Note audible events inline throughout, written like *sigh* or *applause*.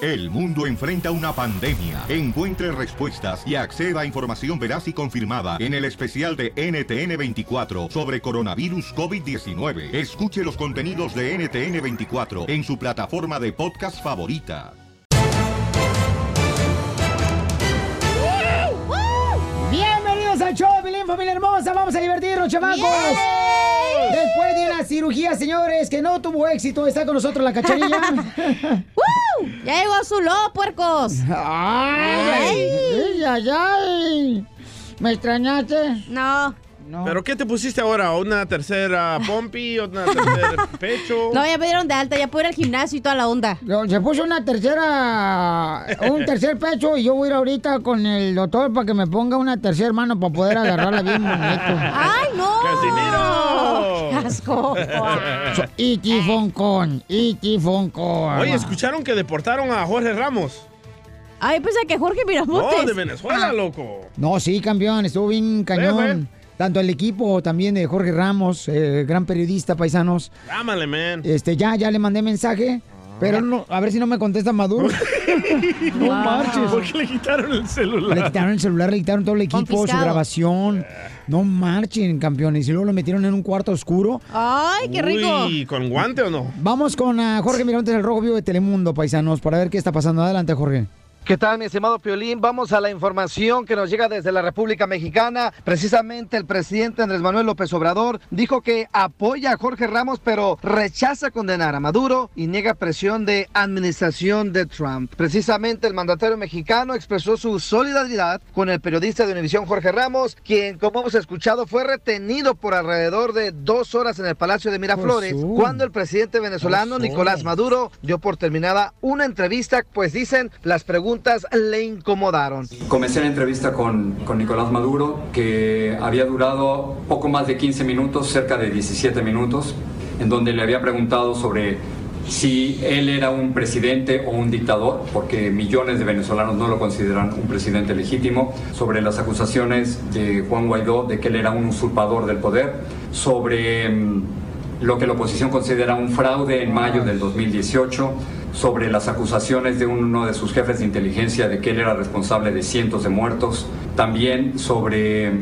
El mundo enfrenta una pandemia. Encuentre respuestas y acceda a información veraz y confirmada en el especial de NTN24 sobre coronavirus COVID-19. Escuche los contenidos de NTN24 en su plataforma de podcast favorita. Bienvenidos al show, Pilín, familia hermosa. Vamos a divertirnos, chamacos. Después de una cirugía, señores, que no tuvo éxito, está con nosotros la cacharilla. *laughs* ¡Woo! Ya llegó Zuló, puercos. ¡Ay! ¡Ay, ay, ay! ¿Me extrañaste? No. ¿Pero qué te pusiste ahora? ¿Una tercera pompi? *laughs* ¿Una tercera pecho? No, ya me dieron de alta, ya puedo ir al gimnasio y toda la onda. No, se puso una tercera, un tercer pecho y yo voy a ir ahorita con el doctor para que me ponga una tercera mano para poder agarrarla bien bonito. ¡Ay, no! ¡Casimiro! ¡Qué asco! So- Iti Foncon, Iti Foncon. Oye, ¿escucharon que deportaron a Jorge Ramos? Ay, pensé que Jorge Ah. Miramontes. No, de Oh, Venezuela, loco. No, sí, campeón, estuvo bien cañón. Tanto el equipo también de Jorge Ramos, eh, gran periodista, paisanos. Dámale, man. Este, ya, ya le mandé mensaje, Ah. pero no, a ver si no me contesta *laughs* Maduro. no marches. ¿Por qué le quitaron el celular? Le quitaron el celular, le quitaron todo el equipo, Confiscado. su grabación. No marchen, campeones. Y luego lo metieron en un cuarto oscuro. ¡Ay, qué rico! Uy, ¿con guante o no? Vamos con ah, Jorge Miramontes, el Rojo Vivo de Telemundo, paisanos, para ver qué está pasando. Adelante, Jorge. ¿Qué tal, mi estimado Piolín? Vamos a la información que nos llega desde la República Mexicana. Precisamente el presidente Andrés Manuel López Obrador dijo que apoya a Jorge Ramos, pero rechaza condenar a Maduro y niega presión de administración de Trump. Precisamente el mandatario mexicano expresó su solidaridad con el periodista de Univisión Jorge Ramos, quien, como hemos escuchado, fue retenido por alrededor de dos horas en el Palacio de Miraflores Pues, uh. cuando el presidente venezolano Nicolás Maduro dio por terminada una entrevista, pues dicen las preguntas le incomodaron. Comencé la entrevista con, con Nicolás Maduro, que había durado poco más de 15 minutos, cerca de 17 minutos, en donde le había preguntado sobre si él era un presidente o un dictador, porque millones de venezolanos no lo consideran un presidente legítimo, sobre las acusaciones de Juan Guaidó de que él era un usurpador del poder, sobre... mm, lo que la oposición considera un fraude en mayo del 2018 sobre las acusaciones de uno de sus jefes de inteligencia de que él era responsable de cientos de muertos, también sobre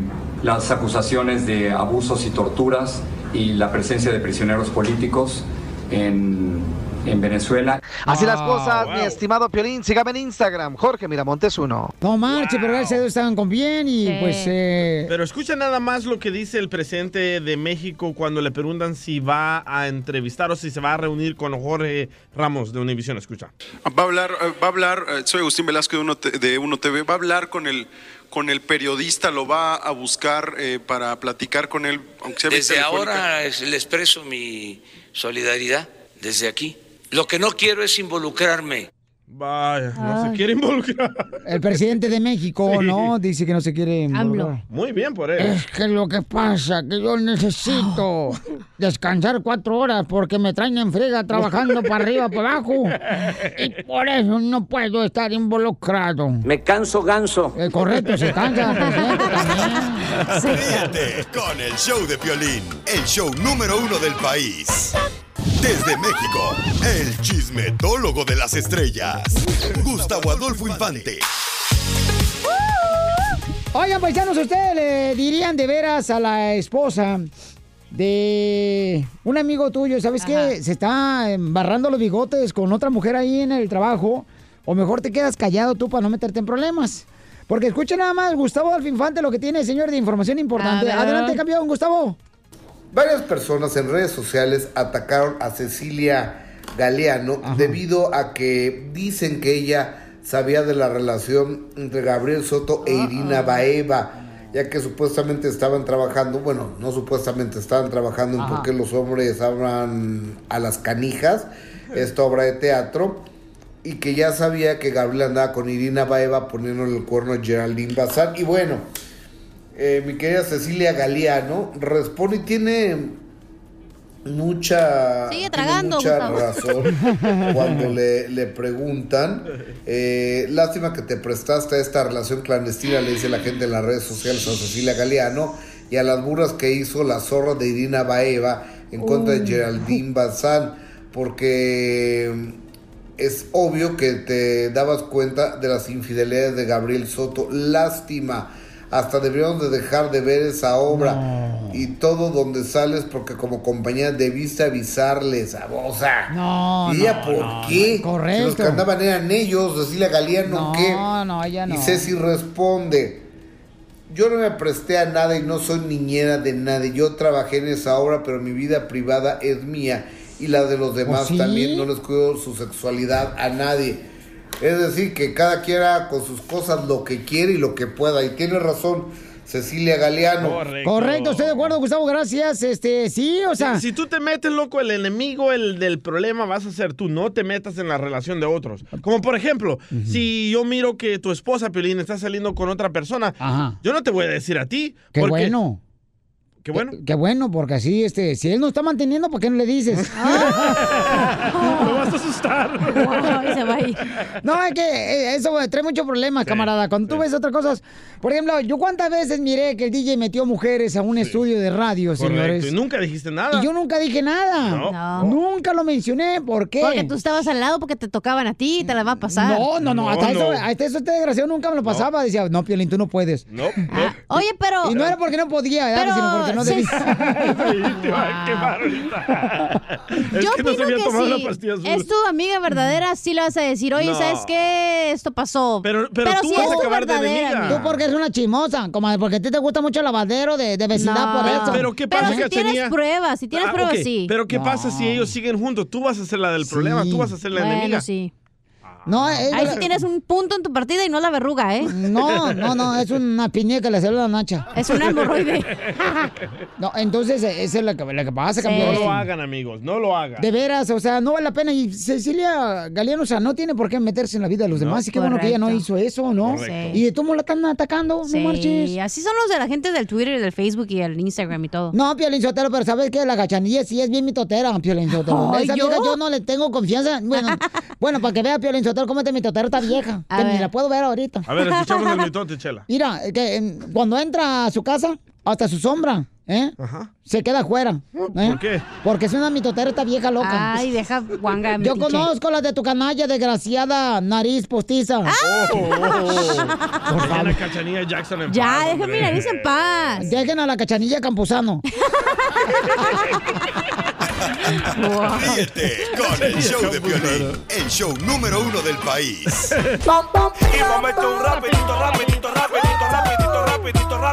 las acusaciones de abusos y torturas y la presencia de prisioneros políticos en, en Venezuela. Así las cosas, wow. mi estimado Piolín, sígame en Instagram, Jorge Miramontes 1. No marche, pero gracias a Dios estaban con bien y Sí. pues... eh, Pero escucha nada más lo que dice el presidente de México cuando le preguntan si va a entrevistar o si se va a reunir con Jorge Ramos de Univision. Escucha. Va a hablar, eh, va a hablar, eh, soy Agustín Velasco de Uno, T- de Uno TV, va a hablar con el con el periodista, lo va a buscar eh, para platicar con él, aunque sea vía Desde telefónica. ahora es- le expreso mi solidaridad desde aquí. Lo que no quiero es involucrarme. Vaya, Ah. no se quiere involucrar. El presidente de México, Sí. ¿no? Dice que no se quiere... involucrar. Muy bien por él. Es que lo que pasa, que *gasps* yo necesito descansar cuatro horas porque me traen en frega *laughs* trabajando para arriba, para abajo. Y por eso no puedo estar involucrado. Me canso ganso. Eh, correcto, se *laughs* cansa, presidente, también. Ríete con el show de Piolín, el show número uno del país. Desde México, el chismetólogo de las estrellas, Gustavo Adolfo Infante. Oigan, paisanos, ¿ustedes le dirían de veras a la esposa de un amigo tuyo, ¿sabes qué? Se está embarrando los bigotes con otra mujer ahí en el trabajo. O mejor te quedas callado tú para no meterte en problemas. Porque escucha nada más, Gustavo Alfinfante, lo que tiene, señor, de información importante. A ver. Adelante, campeón, Gustavo. Varias personas en redes sociales atacaron a Cecilia Galeano debido a que dicen que ella sabía de la relación entre Gabriel Soto e Irina Baeva, ya que supuestamente estaban trabajando, bueno, no supuestamente estaban trabajando en Ajá. por qué los hombres hablan a las canijas, esta obra de teatro, y que ya sabía que Gabriel andaba con Irina Baeva poniéndole el cuerno a Geraldine Bazán, y bueno, eh, mi querida Cecilia Galeano responde y tiene mucha, Sigue tiene tragando, mucha Gustavo. *laughs* razón cuando le, le preguntan. eh, lástima que te prestaste a esta relación clandestina, le dice la gente en las redes sociales a Cecilia Galeano y a las burras que hizo la zorra de Irina Baeva en contra de Geraldine Bazán, porque es obvio que te dabas cuenta de las infidelidades de Gabriel Soto. Lástima. Hasta deberíamos de dejar de ver esa obra y todo donde sales porque como compañía debiste avisarles a vos. ah. No, ¿Y ella no, por no, no, qué? Si los que correcto. andaban eran ellos, Cecilia Galeano, No, ¿qué? no, ella no. Y Ceci responde, yo no me presté a nada y no soy niñera de nadie. Yo trabajé en esa obra, pero mi vida privada es mía y la de los demás ¿Oh, sí? también. No les cuido su sexualidad a nadie. Es decir, que cada quiera con sus cosas lo que quiere y lo que pueda. Y tiene razón Cecilia Galeano. Correcto, estoy de acuerdo, Gustavo, gracias. Este, sí, o sea, Si tú te metes, loco, el enemigo el del problema vas a ser tú. No te metas en la relación de otros. Como por ejemplo, si yo miro que tu esposa, Piolín, está saliendo con otra persona, Ajá. yo no te voy a decir a ti. qué porque- bueno. Qué bueno. Qué bueno, porque así, este, si él no está manteniendo, ¿por qué no le *laughs* dices? Me vas a asustar. No, es que eh, eso güey, trae mucho problema, camarada. Cuando tú ves otras cosas, por ejemplo, yo cuántas veces miré que el DJ metió mujeres a un estudio de radio, Correcto. señores. Y nunca dijiste nada. Y yo nunca dije nada. No. No. Nunca lo mencioné. ¿Por qué? Porque tú estabas al lado porque te tocaban a ti y te las va a pasar. No, no, no. Hasta, Eso, hasta eso este desgraciado nunca me lo pasaba. Decía, no, Piolín, tú no puedes. No, Oye, pero. Y no era porque no podía, ¿verdad? Pero, sino porque no sí. debía. Te va a quemar ahorita. Es Yo que no se opino había que tomado la sí. pastilla azul. es tu amiga Mm. verdadera, sí le vas a decir, oye, No. ¿sabes qué? Esto pasó. Pero- pero tú si vas es a tu acabar de verdadera enemiga. amiga. Tú porque eres una chimosa, como porque a ti te gusta mucho el lavadero de, de vecindad No. por eso. Pero qué pasa Pero que si tienes tenía- pruebas, si tienes Ah, pruebas, ok, sí. Pero qué pasa si ellos siguen juntos? Tú vas a ser la del problema, tú vas a ser la Bueno, enemiga. sí. No, es- Ahí sí tienes un punto en tu partida y no la verruga, ¿eh? No, no, no, es una piña que le salió la nacha. Es una *laughs* hemorroide. No, entonces eh, esa es la que, la que pasa, No campeón. lo hagan, amigos, no lo hagan. De veras, o sea, no vale la pena. Y Cecilia Galeano, o sea, no tiene por qué meterse en la vida de los demás. Y qué bueno que ella no Correcto. hizo eso, ¿no? Correcto. Y de todos modos la están atacando, no Sí, marches. así son los de la gente del Twitter y del Facebook y el Instagram y todo. No, Piolín Sotelo, pero ¿sabes qué? La cachanilla sí es bien mitotera, Piolín Sotelo. Ay, Esa ¿yo? vieja yo no le tengo confianza. Bueno, *laughs* bueno para que vea Piolín Sotelo cómo te mitotera esta vieja. A que ni ver. la puedo ver ahorita. A ver, escuchamos el mitote, Chela. *laughs* Mira, que en- cuando entra a su casa, hasta su sombra, ¿eh? Ajá. Se queda afuera. ¿eh? ¿Por *laughs* qué? Porque es una mitotera esta vieja loca. Ay, deja guanga. Yo metiche. conozco las de tu canalla, desgraciada, nariz postiza. ¡Ah! Oh, Por favor. Ana Cachanilla Jackson en Ya, paz, deja mi hombre. nariz en paz. Dejen a la cachanilla Campuzano. Ríete con el show de Piolín, el show número uno del país.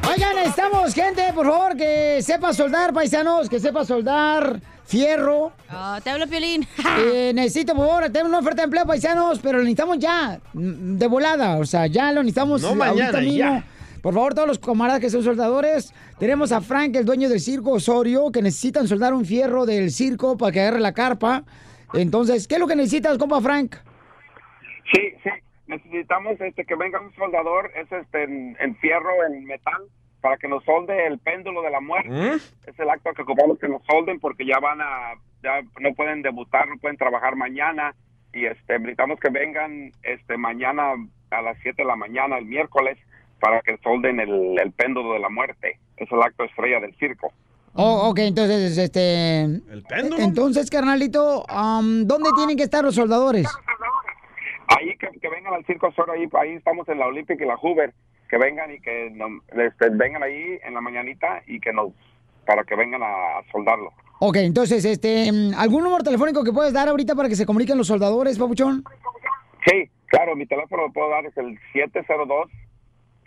Oigan, estamos, gente, por favor, que sepa soldar, paisanos, que sepa soldar fierro. Ah, te hablo, Piolín. *laughs* Eh, necesito, por favor, tenemos una oferta de empleo, paisanos, pero lo necesitamos ya, mm, de volada. O sea, ya lo necesitamos No ahorita mañana, mismo. ya. Por favor, todos los camaradas que son soldadores, tenemos a Frank, el dueño del circo Osorio, que necesitan soldar un fierro del circo para que agarre la carpa. Entonces, ¿qué es lo que necesitas, compa Frank? Sí, sí. Necesitamos este que venga un soldador, es este en, en fierro, en metal, para que nos solde el péndulo de la muerte. ¿Mm? Es el acto que ocupamos que nos solden porque ya van a, ya no pueden debutar, no pueden trabajar mañana y este necesitamos que vengan este mañana a las 7 de la mañana el miércoles para que solden el, el péndulo de la muerte. Es el acto estrella del circo. Oh, ok, entonces, este... ¿El péndulo? Entonces, carnalito, am, ¿dónde tienen que estar los soldadores? Ahí que, que vengan al circo Soro, ahí, ahí estamos en la Olímpica y la Hoover, que vengan y que no- este, vengan ahí en la mañanita y que nos, para que vengan a, soldarlo. Ok, entonces, este, mm, ¿algún número telefónico que puedes dar ahorita para que se comuniquen los soldadores, papuchón? Sí, claro, mi teléfono lo puedo dar, es el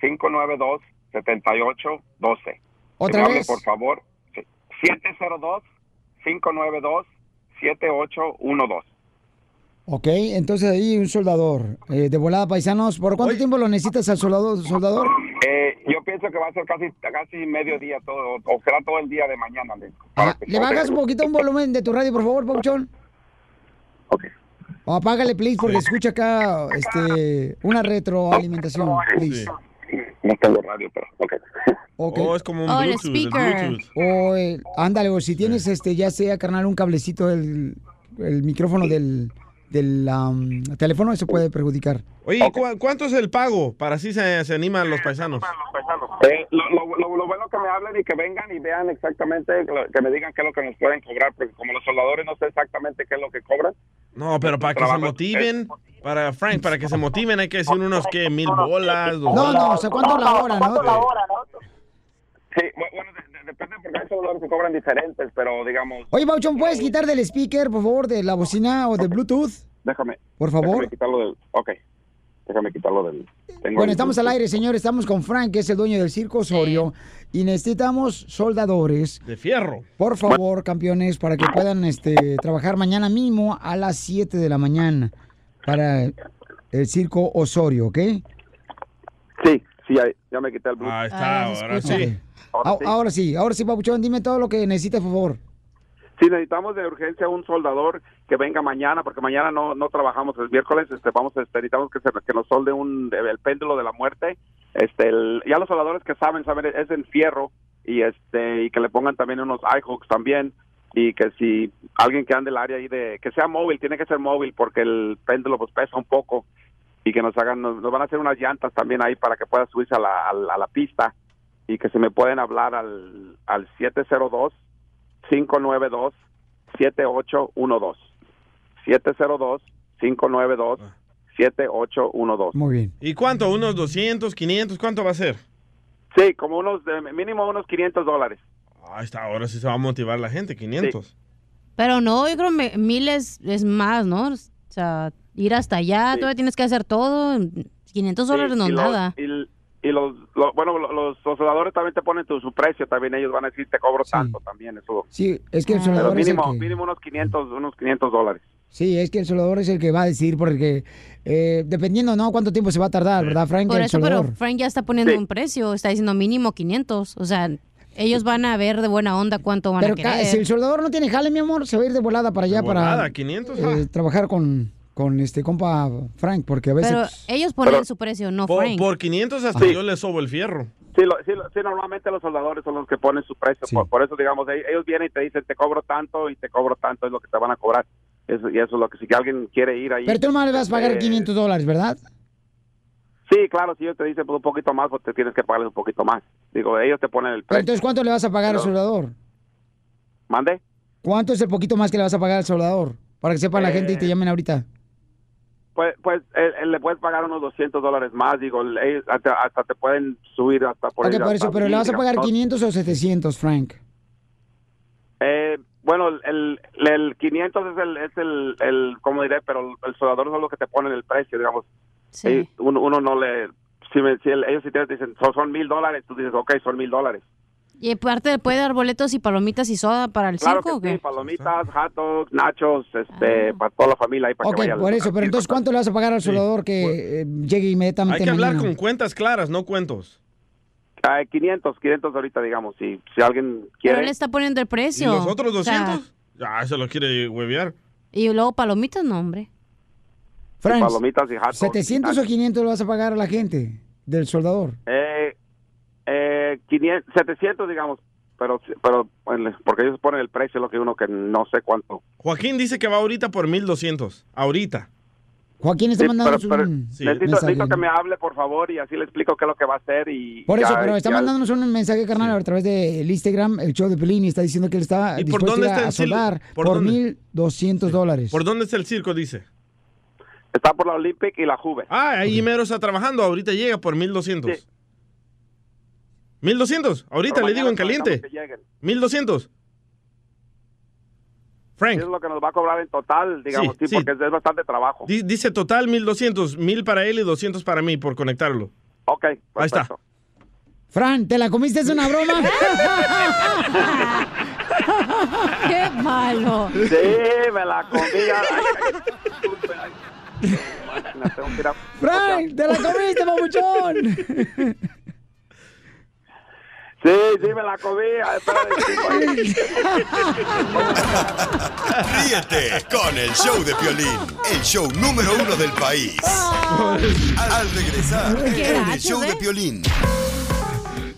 702-592-7812. ¿Otra Que me hable, vez? por favor, sí, 702-592-7812. Ok, entonces ahí un soldador. eh, de volada, paisanos, ¿por cuánto tiempo lo necesitas al soldado- soldador? Eh, yo pienso que va a ser casi casi mediodía, todo, o será todo el día de mañana. de- para que Ah, ¿Le bajas un solden. poquito un volumen de tu radio, por favor, papuchón? Ok. O apágale, please, porque escucha acá este, una retroalimentación, please. No tengo radio, pero ok. Ok. Oh, eh, Oh, es como un Oh, el Bluetooth, el speaker. Bluetooth. O el- ándale, o si tienes este, ya sea, carnal, un cablecito, el, el micrófono del, del um, teléfono, eso puede perjudicar. Oye, ¿cu- ¿cuánto es el pago? Para así se, se animan los paisanos. Eh, lo, lo- lo- lo bueno que me hablen y que vengan y vean exactamente, lo- que me digan qué es lo que nos pueden cobrar, porque como los soldadores no sé exactamente qué es lo que cobran. No, pero para que se Trabajo. motiven, para Frank, para que se motiven hay que decir unos que mil bolas, dos No, bolas. no, o sea, ¿cuánto la hora, no? Sí, bu- bueno, de- de- depende porque hay soldadores que cobran diferentes, pero digamos, Oye, Bauchón, ¿puedes quitar del speaker, por favor, de la bocina o de Bluetooth? déjame. Por favor. Déjame quitarlo del. Ok. Déjame quitarlo del. tengo Bueno, el- estamos al aire, señor. Estamos con Frank, que es el dueño del Circo Osorio. Y necesitamos soldadores. De fierro. Por favor, campeones, para que puedan este, trabajar mañana mismo a las 7 de la mañana para el Circo Osorio, ¿ok? Sí, sí, ya, ya me quité el Bluetooth. Ah, Ah, disculpa. Ahora Ah, sí. Ahora sí, ahora sí, Papuchón, dime todo lo que necesitas, por favor. Sí, necesitamos de urgencia un soldador que venga mañana, porque mañana no, no trabajamos el miércoles, este, vamos, este, necesitamos que, se, que nos solde un, el péndulo de la muerte, este, el- ya los soldadores que saben, saben, es en fierro, y este, y que le pongan también unos iHooks también, y que si alguien que ande el área ahí de, que sea móvil, tiene que ser móvil, porque el péndulo pues pesa un poco, y que nos hagan, nos, nos van a hacer unas llantas también ahí para que pueda subirse a la, a la, a la pista, y que se me pueden hablar al, al 702 592 7812. 702 592 7812. Muy bien. ¿Y cuánto? ¿Unos 200, 500? ¿Cuánto va a ser? Sí, como unos de mínimo unos 500 dólares. Ah, está, ahora sí se va a motivar la gente, 500. Pero no, yo creo que miles es más, ¿no? O sea, ir hasta allá, todavía tienes que hacer todo. 500 dólares Sí, no y es los- nada. Y, y los, lo- bueno, lo- los, los soldadores también te ponen tu, su precio, también ellos van a decir te cobro tanto también eso. Sí, es que el Pero soldador es el Ah, mínimo, que- mínimo unos 500, unos 500 dólares. Sí, es que el soldador es el que va a decir, porque eh, dependiendo, ¿no? Cuánto tiempo se va a tardar, ¿verdad, Frank? Por el eso, soldador. pero Frank ya está poniendo un precio, está diciendo mínimo 500. O sea, ellos van a ver de buena onda cuánto van Pero a ca- querer. si el soldador no tiene jale, mi amor, se va a ir de volada para allá volada, para 500, eh, trabajar con, con este compa Frank, porque a veces... Pero ellos ponen su precio, no Por, Frank. por 500 hasta Sí. yo le sobo el fierro. Sí, lo- sí, lo- sí, normalmente los soldadores son los que ponen su precio. Por, por eso, digamos, e- ellos vienen y te dicen, te cobro tanto y te cobro tanto, es lo que te van a cobrar. Eso, y eso es lo que si alguien quiere ir ahí. Pero tú nomás le vas a pagar eh, 500 dólares, ¿verdad? Sí, claro, si ellos te dicen pues, un poquito más, pues te tienes que pagarles un poquito más. Digo, ellos te ponen el Pero precio. entonces, ¿cuánto le vas a pagar al soldador? ¿Mande? ¿Cuánto es el poquito más que le vas a pagar al soldador? Para que sepa la Eh, gente y te llamen ahorita. Pues, pues eh, eh, le puedes pagar unos 200 dólares más, digo, ellos hasta, hasta te pueden subir hasta por Ok, ahí, por hasta eso, pero mil, le vas a digamos, pagar ¿no? 500 o 700, Frank. Eh, bueno, el, el, el 500 es el, es el, el ¿cómo diré? Pero el soldador son los que te ponen el precio, digamos. Sí. *laughs* Ellos- uno, uno no le... Si, me- si el- ellos si te dicen, son- son mil dólares, tú dices, ok, son mil dólares. Y aparte, ¿puede dar boletos y palomitas y soda para el Claro circo o que qué? Ah. sí, palomitas, hot dogs, nachos, este, para toda la familia ahí para Ok, que vaya. al- por eso, pero entonces, ¿cuánto le vas a pagar al soldador Pues, que eh, llegue inmediatamente Hay que hablar mañana? con cuentas claras, no cuentos. Ah, 500, 500 ahorita, digamos, si, si alguien Pero quiere. este él está poniendo el ¿Y precio. los otros O sea, 200? Ah, se lo quiere huevear. y luego palomitas, no, hombre. Frank, palomitas y hot dogs. 700 o 500 le vas a pagar a la gente del soldador. Eh, eh, 500, 700, digamos, pero, pero bueno, porque ellos ponen el precio, lo que uno que no sé cuánto. Joaquín dice que va ahorita por 1200. Ahorita. Joaquín Sí, pero- pero Sí. necesito, mensaje, necesito que ¿no? me hable, por favor, y así le explico qué es lo que va a hacer. Y Por eso, ya- pero está ya- mandándonos un mensaje, carnal, a través del Instagram, el show de Pelín, y está diciendo que él está ¿Y por dispuesto a dónde ir está a el sil- soldar por por dónde? 1.200 dólares. ¿Por dónde está el circo? Dice. Está por la Olympic y la Juve. Ah, ahí mero está trabajando. Ahorita llega por 1200. 1200. Ahorita Pero le digo en mañana caliente. necesitamos que lleguen. 1200. Frank. Es lo que nos va a cobrar en total, digamos, Sí, sí, sí. porque es- es *laughs* bastante trabajo. Di- Dice total 1200. 1000 para él y 200 para mí por conectarlo. Ok. Ahí está. Fran, ¿te la comiste? ¿Es una broma? *laughs* *laughs* ¡Qué malo! Sí, me la comí. *laughs* ay, ay, disculpe, ay. Imagínate, tengo que ir a- Frank, te la comiste, mamuchón. Sí, sí, me la comí. ay, espérate, *laughs* Ríete con el show de Piolín, el show número uno del país. Al regresar, Qué en el gachos, show de ¿eh? Piolín.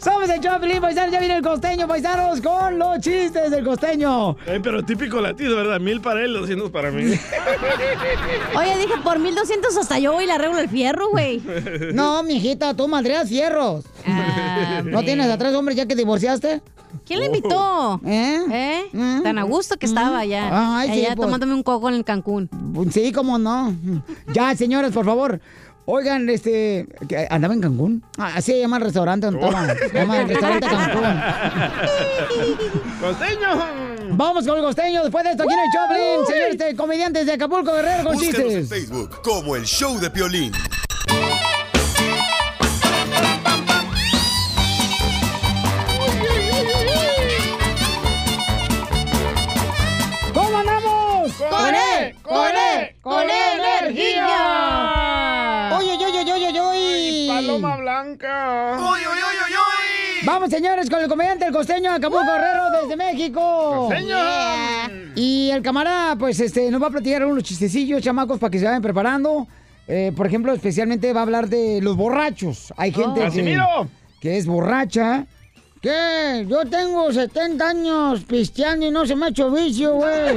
Somos el Choplin, paisanos. Ya viene el costeño, paisanos, con los chistes del costeño. Eh, pero típico latino, ¿verdad? Mil para él, doscientos para *laughs* mí. Oye, dije, por 1200 hasta yo voy y le arreglo el fierro, güey. *laughs* No, mijita, tú madreas fierros. Ah, ¿No tienes a tres hombres ya que divorciaste? ¿Quién le invitó? ¿Eh? Tan a gusto que estaba ya. Ay, sí, Allá pues. tomándome un coco en Cancún. Sí, cómo no. Ya, señores, por favor. Oigan, este. ¿que ¿Andaba en Cancún? Ah, así se llama el restaurante donde estaba. Oh. Se llama el restaurante Cancún. ¡Costeño! Vamos con el costeño después de esto aquí en el Choplin. Señores, de comediantes de Acapulco Guerrero con Búscanos en chistes. Facebook como el show de Piolín. ¿Cómo andamos? E, ¡Con él! ¡Con él! ¡Con energía! ¡Oye, oye, oye, oye, oye! oye! Paloma Blanca. ¡Uy, uy, uy, uy, uy! Vamos, señores, con el comediante el costeño Acapulco Guerrero desde México. ¡Costeño! Oh, Yeah. Y el camarada, pues, este, nos va a platicar unos chistecillos, chamacos, para que se vayan preparando. Eh, por ejemplo, especialmente va a hablar de los borrachos. Hay gente Oh. que, ¡Casimiro! que es borracha. ¿Qué? Yo tengo 70 años pisteando y no se me ha hecho vicio, *laughs* güey.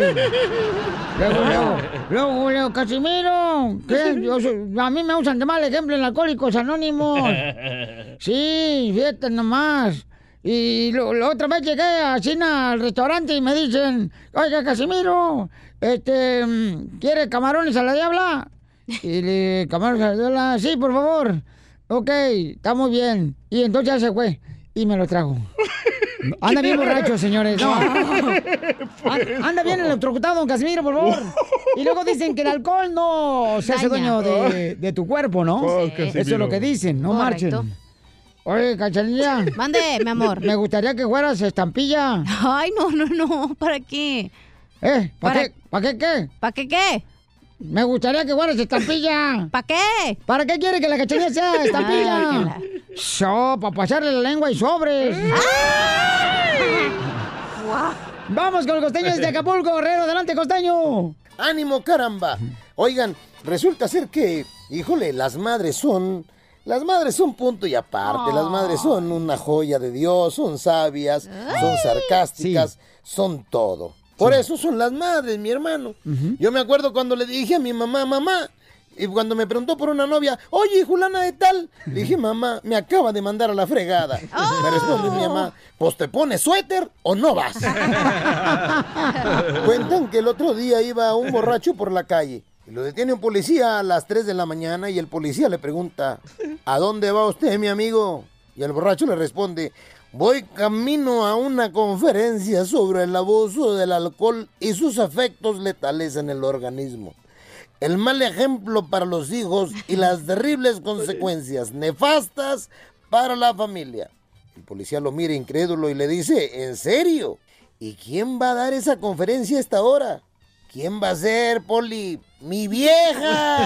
Luego, luego, luego, luego, Casimiro, ¿qué? Yo soy- a mí me usan de mal ejemplo en Alcohólicos *laughs* Anónimos. Sí, fíjate nomás. Y lo- la otra vez llegué a China al restaurante y me dicen, oiga, Casimiro, este, mm, ¿quiere camarones a la diabla? Y le camarones a la diabla, sí, por favor. Ok, está muy bien. Y entonces ya se fue y me lo trajo. Anda bien borracho, señores. *laughs* No. An- Anda bien electrocutado, don Casimiro, por favor. Y luego dicen que *laughs* el alcohol no se hace Daña. dueño de, de tu cuerpo, ¿no? Oh, Sí. Eso Casimiro. es lo que dicen, no Correcto. marchen. Oye, Cachanilla. Mande, mi amor. Me gustaría que fueras estampilla. Ay, no, no, no. ¿Para qué? ¿Eh? ¿Para, Para- qué? ¿Para qué qué? ¿Para qué qué? Me gustaría que fueras estampilla. ¿Para qué? ¿Para qué quiere que la cachanilla *laughs* sea estampilla? Ah, So, para pasarle la lengua y sobres. *laughs* Vamos con el costeño desde Acapulco, Guerrero. Adelante, costeño. ¡Ánimo, caramba! Oigan, resulta ser que, híjole, las madres son. Las madres son punto y aparte. Las madres son una joya de Dios, son sabias, son sarcásticas, son todo. Por eso son las madres, mi hermano. Yo me acuerdo cuando le dije a mi mamá, mamá, y cuando me preguntó por una novia, oye, Julana de tal, le dije, mamá, me acaba de mandar a la fregada. Me responde mi mamá, pues te pones suéter o no vas. *laughs* Cuentan que el otro día iba un borracho por la calle. Y lo detiene un policía a las 3 de la mañana y el policía le pregunta, ¿a dónde va usted, mi amigo? Y el borracho le responde, voy camino a una conferencia sobre el abuso del alcohol y sus efectos letales en el organismo. El mal ejemplo para los hijos y las terribles consecuencias nefastas para la familia. El policía lo mira incrédulo y le dice, ¿en serio? ¿Y quién va a dar esa conferencia a esta hora? ¿Quién va a ser, Poli? ¡Mi *laughs* vieja!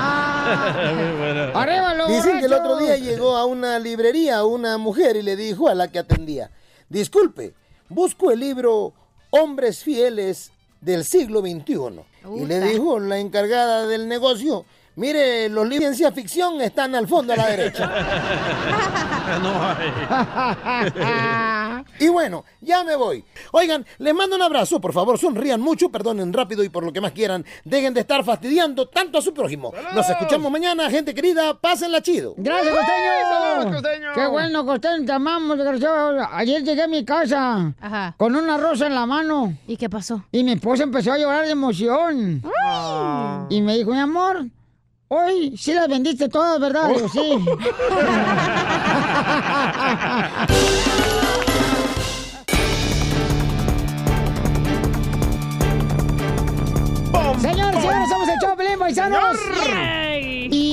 Ah. ¡Arriba los Dicen que el otro día borrachos! llegó a una librería una mujer y le dijo a la que atendía, disculpe, busco el libro Hombres Fieles del siglo XXI. Y le Uta. dijo la encargada del negocio, mire, los libros de ciencia ficción están al fondo a la *laughs* *laughs* derecha. y bueno, ya me voy. Oigan, les mando un abrazo, por favor, sonrían mucho, perdonen rápido y por lo que más quieran, dejen de estar fastidiando tanto a su prójimo. Nos escuchamos mañana, gente querida, pásenla chido. Gracias, costeño. *laughs* Qué bueno, costeño, te amamos, desgraciado. Ayer llegué a mi casa Ajá. con una rosa en la mano. ¿Y qué pasó? ¡Ah! Y mi esposa empezó a llorar de emoción. Y me dijo, mi amor, hoy sí las vendiste todas, ¿verdad? *laughs* Digo, sí. Señores, señores, somos el Choplin, paisanos. Y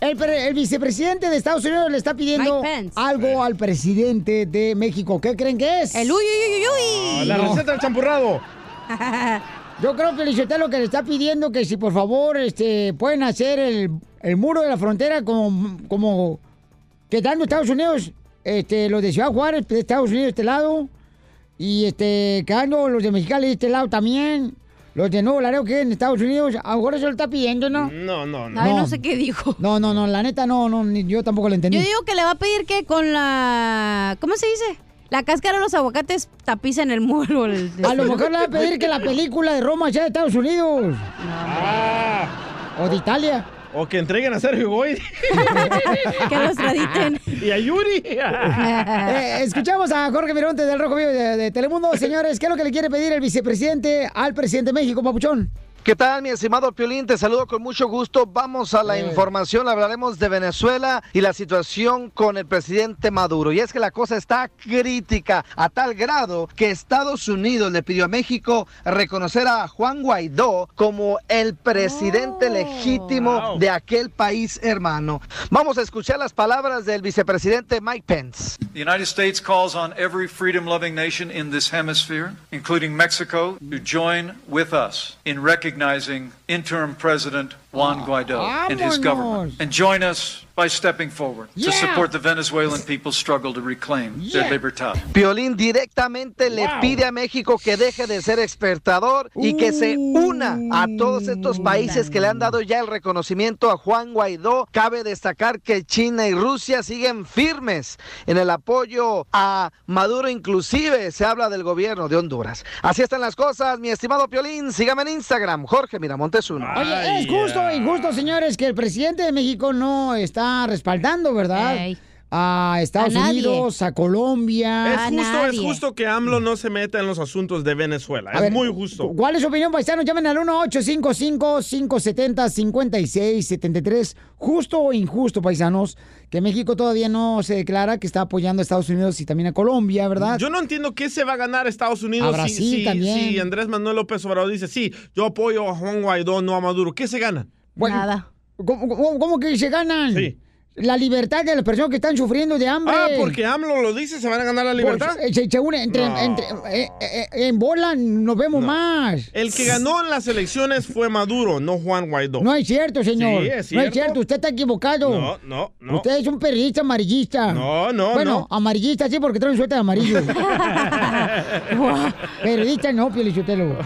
el, pre- el vicepresidente de Estados Unidos le está pidiendo Mike Pence. algo al presidente de México. ¿Qué creen que es? El uy, uy, uy, La receta del champurrado. *laughs* Yo creo que Lichotelo lo que le está pidiendo que si por favor este, pueden hacer el, el muro de la frontera como, como quedando Estados Unidos, este, los de Ciudad Juárez, de Estados Unidos de este lado, y este, quedando los de Mexicali de este lado también, Los de Nuevo Laredo que en Estados Unidos, a lo mejor eso lo está pidiendo, ¿no? *laughs* No, no, Ay, no sé qué dijo. No, no, no, la neta no, no, ni- yo tampoco lo entendí. Yo digo que le va a pedir que con la. ¿Cómo se dice? La cáscara de los aguacates tapicen el muro. A lo mejor le va a pedir que la película de Roma sea de Estados Unidos. O de Italia. O que entreguen a Sergio Goy. *laughs* Que *laughs* los traditen. Y a Yuri. *laughs* Eh, escuchamos a Jorge Mironte del Rojo Vivo de, de *laughs* Telemundo. Señores, ¿qué es lo que le quiere pedir el vicepresidente al presidente de México, Papuchón? ¿Qué tal, mi estimado Piolín? Te saludo con mucho gusto. Vamos a la información. Hablaremos de Venezuela y la situación con el presidente Maduro. Y es que la cosa está crítica a tal grado que Estados Unidos le pidió a México reconocer a Juan Guaidó como el presidente legítimo de aquel país hermano. Vamos a escuchar las palabras del vicepresidente Mike Pence. The United States calls on every freedom loving nation in this hemisphere, including Mexico, to join with us in recognizing interim President Juan Guaido and his government. And join us by stepping forward Yeah. to support the Venezuelan people's struggle to reclaim Yeah. their libertad. Piolín directamente le pide a México que deje de ser expertador y que se una a todos estos países que le han dado ya el reconocimiento a Juan Guaidó. Cabe destacar que China y Rusia siguen firmes en el apoyo a Maduro, inclusive se habla del gobierno de Honduras. Así están las cosas, mi estimado Piolín. Sígame en Instagram, Jorge Miramontes uno. Oye, es justo e injusto, señores, que el presidente de México no está respaldando, ¿verdad? Ey. A Estados A nadie. Unidos, a Colombia. Es justo, es justo que AMLO no se meta en los asuntos de Venezuela. A es ver, muy justo. ¿Cuál es su opinión, paisano? Llamen al 1-855-570-5673. Justo o injusto, paisanos, que México todavía no se declara que está apoyando a Estados Unidos y también a Colombia, ¿verdad? Yo no entiendo qué se va a ganar Estados Unidos A si- Brasil si, también. si Andrés Manuel López Obrador dice, sí, yo apoyo a Juan Guaidó, no a Maduro. ¿Qué se gana? Bueno, ¿cómo, cómo- cómo que se ganan? Sí. La libertad de las personas que están sufriendo de hambre. Ah, porque AMLO lo dice, se van a ganar la libertad. Por- eh, se, se une, entre, No. entre- eh, eh, eh, en bola nos vemos más. El que ganó en las elecciones fue Maduro, no Juan Guaidó. No es cierto, señor. Sí, es No es cierto. cierto, usted está equivocado. No, no, no. Usted es un perrista amarillista. No, no, Bueno, amarillista sí, porque trae un suéter *laughs* amarillo. Guau, Periodista no, Piolichotelo.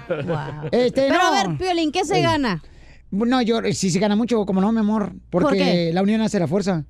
Este, Pero no. a ver, Piolín, ¿qué se Eh, gana? No, yo sí se gana mucho, como no, mi amor. Porque ¿Por qué? la unión hace la fuerza.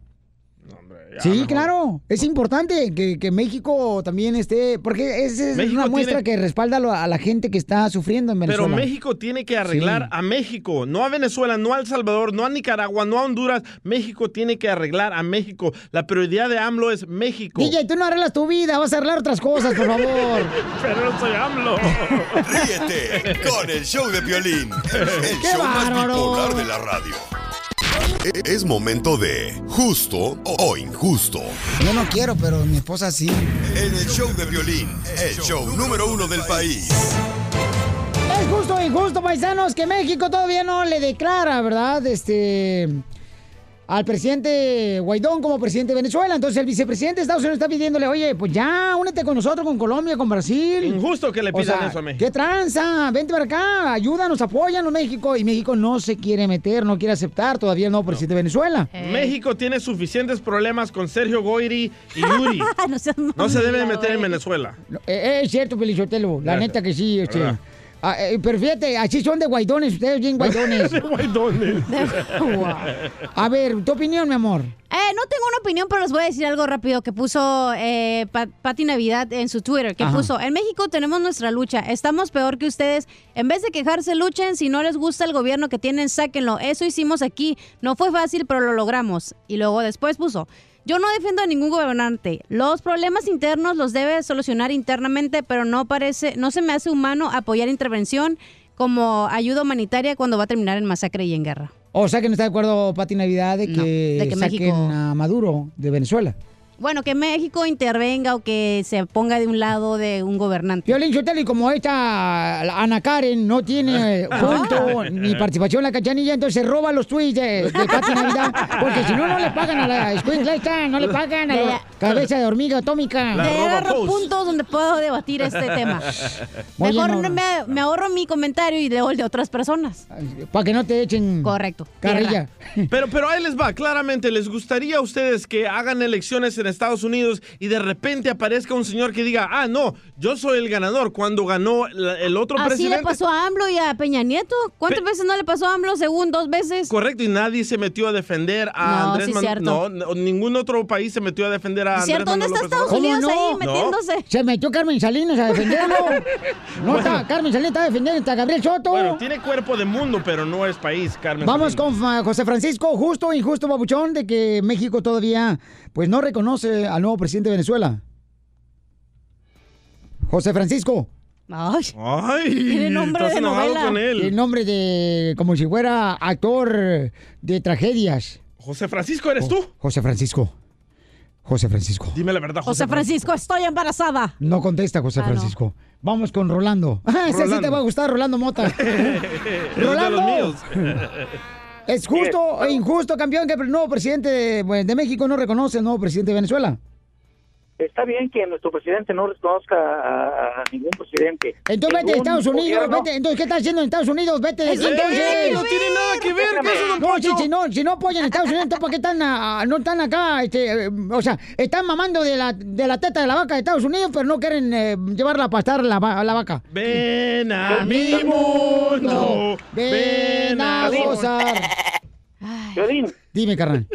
sí, claro. Es importante que, que México también esté. Porque esa es México una muestra tiene- que respalda lo- a la gente que está sufriendo en Pero Venezuela. México tiene que arreglar Sí. a México, no a Venezuela, no a El Salvador, no a Nicaragua, no a Honduras. México tiene que arreglar a México. La prioridad de AMLO es México. DJ, tú no arreglas tu vida, vas a arreglar otras cosas, por favor. Pero no soy AMLO. *laughs* Ríete con el show de Piolín, el ¡Qué show más bárbaro! bipolar de la radio. E- Es momento de justo o injusto. Yo no quiero, pero mi esposa sí. En el show de Piolín, el show número uno del país. Es justo e injusto, paisanos, que México todavía no le declara, ¿verdad? Este. Al presidente Guaidón como presidente de Venezuela. Entonces el vicepresidente de Estados Unidos está pidiéndole, oye, pues ya, únete con nosotros, con Colombia, con Brasil. Injusto que le O pidan sea, eso a México. ¿Qué tranza? Vente para acá, ayúdanos, apóyanos, México. Y México no se quiere meter, no quiere aceptar todavía el nuevo presidente de Venezuela. Eh. México tiene suficientes problemas con Sergio Goyri y Yuri. no se deben meter en Venezuela. No, eh, eh, es cierto, Pelichotelo, la Gracias. neta que sí, este. ¿Verdad? Ah, eh, pero fíjate, así son de guaidones, ustedes bien guaidones. *laughs* *laughs* De guaidones. A ver, tu opinión, mi amor. Eh, no tengo una opinión, pero les voy a decir algo rápido que puso eh, Pa- Pati Navidad en su Twitter, que Ajá. puso, en México tenemos nuestra lucha, estamos peor que ustedes, en vez de quejarse, luchen, si no les gusta el gobierno que tienen, sáquenlo, eso hicimos aquí, no fue fácil, pero lo logramos. Y luego después puso, yo no defiendo a ningún gobernante, los problemas internos los debe solucionar internamente, pero no parece, no se me hace humano apoyar intervención como ayuda humanitaria cuando va a terminar en masacre y en guerra. O sea que no está de acuerdo Pati Navidad de que, de que saquen México- a Maduro de Venezuela. Bueno, que México intervenga o que se ponga de un lado de un gobernante. Violín Sotelo, y como esta la Ana Karen *laughs* no tiene punto ni participación en la cachanilla, entonces roba los tweets de, de Pati Navidad, porque si no, no le pagan a la escuincla esta, no le pagan a Le- la cabeza de hormiga atómica. Le agarro puntos donde puedo debatir *laughs* este tema. Oye, Mejor no, no me, me ahorro mi comentario y leo el de otras personas. Para que no te echen. Correcto. Pero, pero ahí les va, claramente, ¿les gustaría a ustedes que hagan elecciones en Estados Unidos y de repente aparezca un señor que diga, ah, no, yo soy el ganador cuando ganó la- el otro Así presidente. le pasó a AMLO y a Peña Nieto. ¿Cuántas veces no le pasó a AMLO? Según dos veces. Correcto, y nadie se metió a defender a No, Andrés sí, Manu- cierto. No, no, ningún otro país se metió a defender a Andrés ¿Cierto? ¿Dónde Manuel está Ah, López Estados Obrador. Unidos ahí No. metiéndose? Se metió Carmen Salinas a *laughs* defenderlo. No Bueno. está, Carmen Salinas está defendiendo a Gabriel Soto. Bueno, tiene cuerpo de mundo, pero no es país, Carmen. Vamos Salinas. con ah, José Francisco, justo o injusto, babuchón, de que México todavía pues no reconoce al nuevo presidente de Venezuela. José Francisco. Ay, *laughs* Ay, Tiene nombre estás de enojado novela. con él. Tiene nombre de como si fuera actor de tragedias. José Francisco, ¿eres tú? José Francisco. José Francisco. Dime la verdad, José Francisco, estoy embarazada. No contesta José Ah, no. Francisco. Vamos con Rolando. *laughs* Ah, ese sí te Rolando. va a gustar, Rolando *laughs* Mota. Es de Rolando. los *laughs* míos. ¿Es justo o injusto, campeón, que el nuevo presidente de, pues, de México no reconoce al nuevo presidente de Venezuela? Está bien que nuestro presidente no reconozca a, a ningún presidente. Entonces vete a Ningún Estados Unidos, gobierno. *laughs* vete. Entonces, ¿qué estás haciendo en Estados Unidos? Vete de Eso aquí no tiene entonces. que No tiene ver, nada que ver, espérame. ¿qué es eso, don No, si, Poncho? si no, si no apoyan a Estados Unidos, entonces ¿por qué están, ah, no están acá? Este, eh, o sea, están mamando de la, de la teta de la vaca de Estados Unidos, pero no quieren eh, llevarla a pastar la, va- la vaca. Ven a mi mundo. Ven a *laughs* Piolín. gozar. Piolín, Dime, carnal.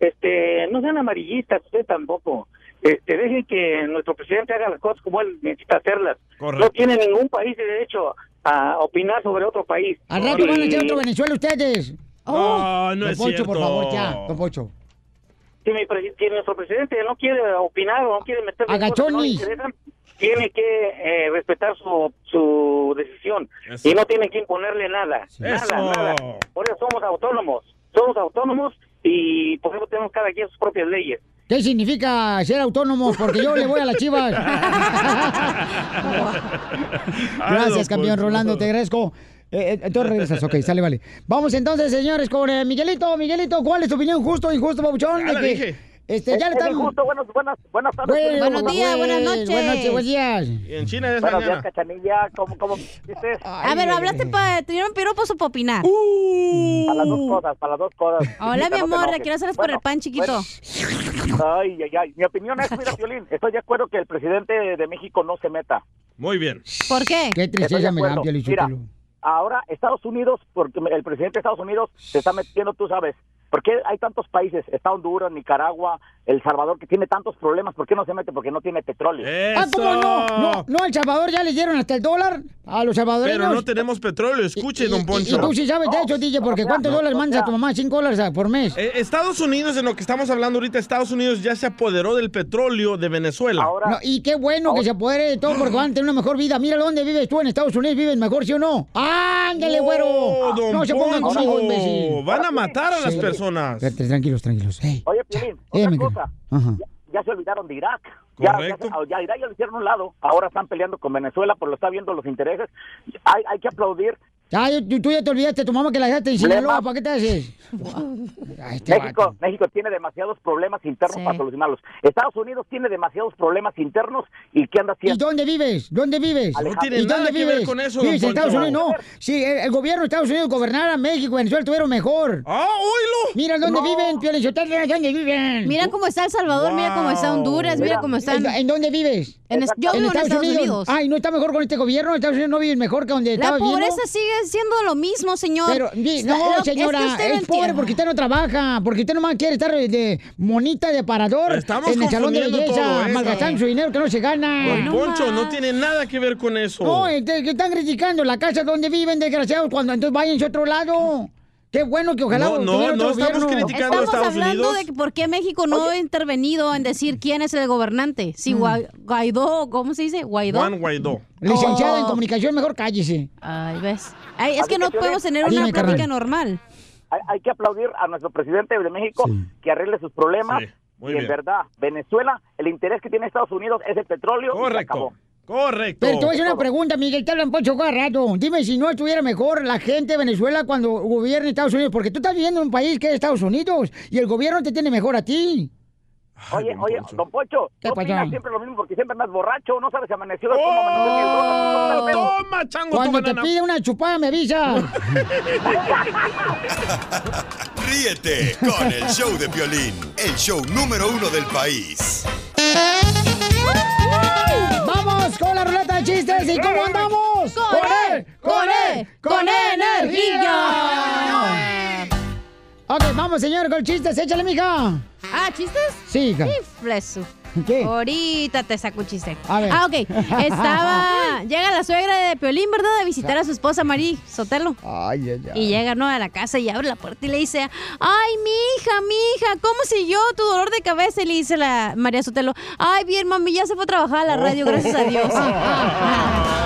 este, no sean amarillistas, usted tampoco. Este, dejen que nuestro presidente haga las cosas como él necesita hacerlas. Correcto. No tiene ningún país de derecho a opinar sobre otro país. Al rato van a echar Y otro Venezuela ustedes. No, no Don es Poncho, por cierto. favor, ya, Don Poncho. si, mi presi- si nuestro presidente no quiere opinar o no quiere meterse en cosas que no le Agachonis. interesan, tiene que eh, respetar su, su decisión y no tiene que imponerle nada. Nada, Eso. nada. Por eso somos autónomos. Somos autónomos y por eso tenemos cada quien sus propias leyes. ¿Qué significa ser autónomo? Porque yo le voy a las chivas. *laughs* Ah, Gracias, campeón pues, Rolando, te agradezco. Eh, eh, entonces regresas, ok, sale, vale. Vamos entonces, señores, con eh, Miguelito. Miguelito, ¿cuál es tu opinión? ¿Justo o injusto, Pabuchón? Ya De la que, dije. Este, ya Es- le es están... injusto, buenas, buenas, buenas tardes. Bueno, güey. güey, Buenas noches, buenos días. Y en China es Buenos días, mañana. Cachanilla. ¿Cómo, cómo dices? A ver, hablaste para. ¿Te dieron piropos o para opinar? Uh. Para las Uh. dos cosas, para las dos cosas. Hola, mi Chiquita, no te amor, enojes. quiero hacerles por Bueno, el pan chiquito. Ay, ay, ay. Mi opinión es, mira, Violín, estoy de acuerdo que el presidente de México no se meta. Muy bien. ¿Por qué? Qué Estoy de tristeza me da, acuerdo. Piolín Mira, Sotelo. ahora Estados Unidos, porque el presidente de Estados Unidos se está metiendo, tú sabes, ¿por qué hay tantos países? Está Honduras, Nicaragua, El Salvador, que tiene tantos problemas, ¿por qué no se mete? Porque no tiene petróleo. Ah, ¿cómo no? No, no, El Salvador ya le dieron hasta el dólar a los salvadoreños. Pero no tenemos petróleo, escuche, don Poncho. Y tú sí sabes de hecho, DJ, porque ¿cuántos dólares mandas a tu mamá? Cinco dólares ah, por mes. Eh, Estados Unidos, en lo que estamos hablando ahorita, Estados Unidos ya se apoderó del petróleo de Venezuela. No, y qué bueno Oh. que se apodere de todo porque van a tener una mejor vida. Mira dónde vives tú en Estados Unidos, viven mejor, ¿sí o no? ¡Ándale, güero! Oh, don no se pongan Poncho, conmigo, imbécil. Van a matar a las Sí. personas. Espérate, tranquilos, tranquilos. Ey, Oye, Piolín, eh, otra me- cosa, Ajá. ya se olvidaron de Irak. Ya, ya, se- ya Irak ya lo hicieron a un lado, ahora están peleando con Venezuela, por lo está viendo los intereses. Hay, hay que aplaudir. Ah, tú, tú ya te olvidaste de tu mamá que la dejaste en Lema. Sinaloa, ¿para qué te haces? Ay, este México, México tiene demasiados problemas internos para solucionarlos. Estados Unidos tiene demasiados problemas internos y ¿qué anda ¿Y haciendo? dónde vives? ¿Dónde vives? No tiene ¿Y nada dónde que ver con eso, don Vives en Poncho. Estados Unidos, no. Si el, el gobierno de Estados Unidos gobernara México, Venezuela tuvieron mejor. ¡Ah, oílo! Mira dónde No. viven, Piolichotelo, dónde viven. Mira cómo está El Salvador, mira cómo está Honduras, mira, cómo están. ¿En dónde vives? En es- yo vivo en Estados Unidos. Ay, ¿no está mejor con este gobierno? ¿Estados Unidos no vive mejor que donde La estaba viviendo? pobreza sigue siendo lo mismo, señor. Pero, di- Está- no, lo- señora, es, usted no pobre entiende. porque usted no trabaja, porque usted nomás quiere estar de monita de parador Estamos en el salón de confundiendo todo belleza, eso. malgastando su dinero que no se gana. Don Poncho, no tiene nada que ver con eso. No, este, que están criticando la casa donde viven, desgraciados, cuando entonces váyanse a otro lado. Qué bueno que ojalá No, no, tuviera otro no estamos gobierno. criticando a Estamos Estados hablando Unidos. de que por qué México no ha intervenido en decir quién es el gobernante. Mm. Si Gua- Guaidó, ¿cómo se dice? Guaidó. Juan Guaidó. Licenciada en Oh. comunicación, mejor cállese. Ay, ves. Ay, es Ah, Así que no que, podemos tener Piolín, una dime, plática carnal. normal. Hay, hay que aplaudir a nuestro presidente de México que arregle sus problemas. muy y en bien. verdad, Venezuela, el interés que tiene Estados Unidos es el petróleo. Correcto. Correcto. Pero te voy a hacer una pregunta, Miguel, te lo han puesto cada rato. Dime si no estuviera mejor la gente de Venezuela cuando gobierne Estados Unidos, porque tú estás viviendo en un país que es Estados Unidos y el gobierno te tiene mejor a ti. Oye, oye, don Poncho, ¿Qué tú pasó? opinas siempre lo mismo porque siempre andas borracho, no sabes si amaneció. ¡Oh! Toma, chango, *laughs* Cuando te pide una chupada me avisa. Ríete con el show de Piolín, el show número uno del país. ¡Vamos con la ruleta de chistes! ¿Y cómo andamos? E, ¡Con él! ¡Con él! ¡Con energía! Ok, vamos, señor, con chistes. Échale, mija. Ah, ¿chistes? Sí, hija. Flesu. ¿Qué? Ahorita te saco un chiste. A ver. *laughs* Ah, ok. Estaba. llega la suegra de Piolín, ¿verdad? A visitar a su esposa Marí Sotelo. Ay, ay, Y llega, ¿no? A la casa y abre la puerta y le dice, ay, mija, mija, ¿cómo siguió tu dolor de cabeza? Y le dice la María Sotelo, ay, bien, mami, ya se fue a trabajar a la radio, gracias a *laughs* Dios. Ah,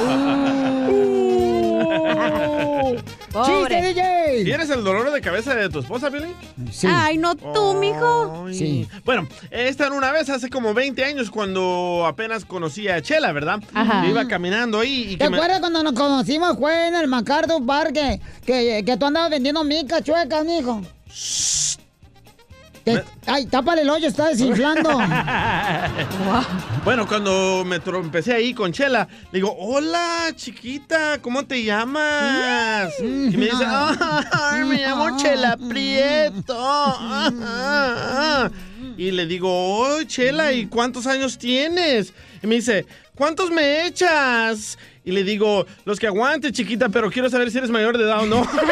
Uh. *laughs* Pobre. ¡Chiste, DJ! ¿Tienes el dolor de cabeza de tu esposa, Billy? Ay, no tú, mijo. Sí. Bueno, esta era una vez hace como 20 años cuando apenas conocí a Chela, ¿verdad? Ajá. Yo Iba caminando ahí y ¿Te que me... acuerdas cuando nos conocimos, fue en el Macardo Parque, que, que tú andabas vendiendo micas chuecas, mijo? Te- Ay, tápale el hoyo, está *laughs* desinflando. Bueno, cuando me trompecé ahí con Chela, le digo, hola, chiquita, ¿cómo te llamas? Mm. Y me dice, "Ah, ay, me llamo Chela Prieto. Ah, ah, ah. Y le digo, oh, Chela, ¿y cuántos años tienes? Y me dice, ¿cuántos me echas? Y le digo, los que aguante, chiquita, pero quiero saber si eres mayor de edad o no. *laughs*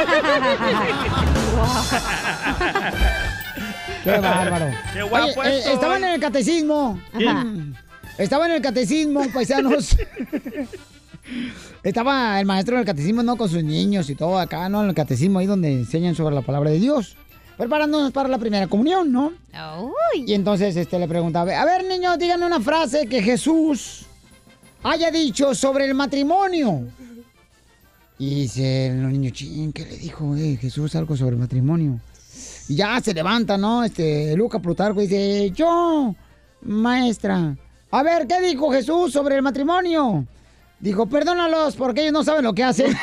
Qué bárbaro. Qué guapo Oye, eh, estoy. estaban en el catecismo. ¿Quién? Ajá. Estaban en el catecismo, *laughs* *laughs* paisanos. Estaba el maestro del catecismo, ¿no? Con sus niños y todo acá, ¿no? En el catecismo, ahí donde enseñan sobre la palabra de Dios. Preparándonos para la primera comunión, ¿no? Y entonces este, le preguntaba, a ver, niños, díganme una frase que Jesús haya dicho sobre el matrimonio. Y dice el niño, ching, ¿qué le dijo eh, Jesús algo sobre el matrimonio? Y ya se levanta, ¿no? Este, Luca Plutarco dice, yo, maestra, a ver, ¿qué dijo Jesús sobre el matrimonio? Dijo, perdónalos porque ellos no saben lo que hacen.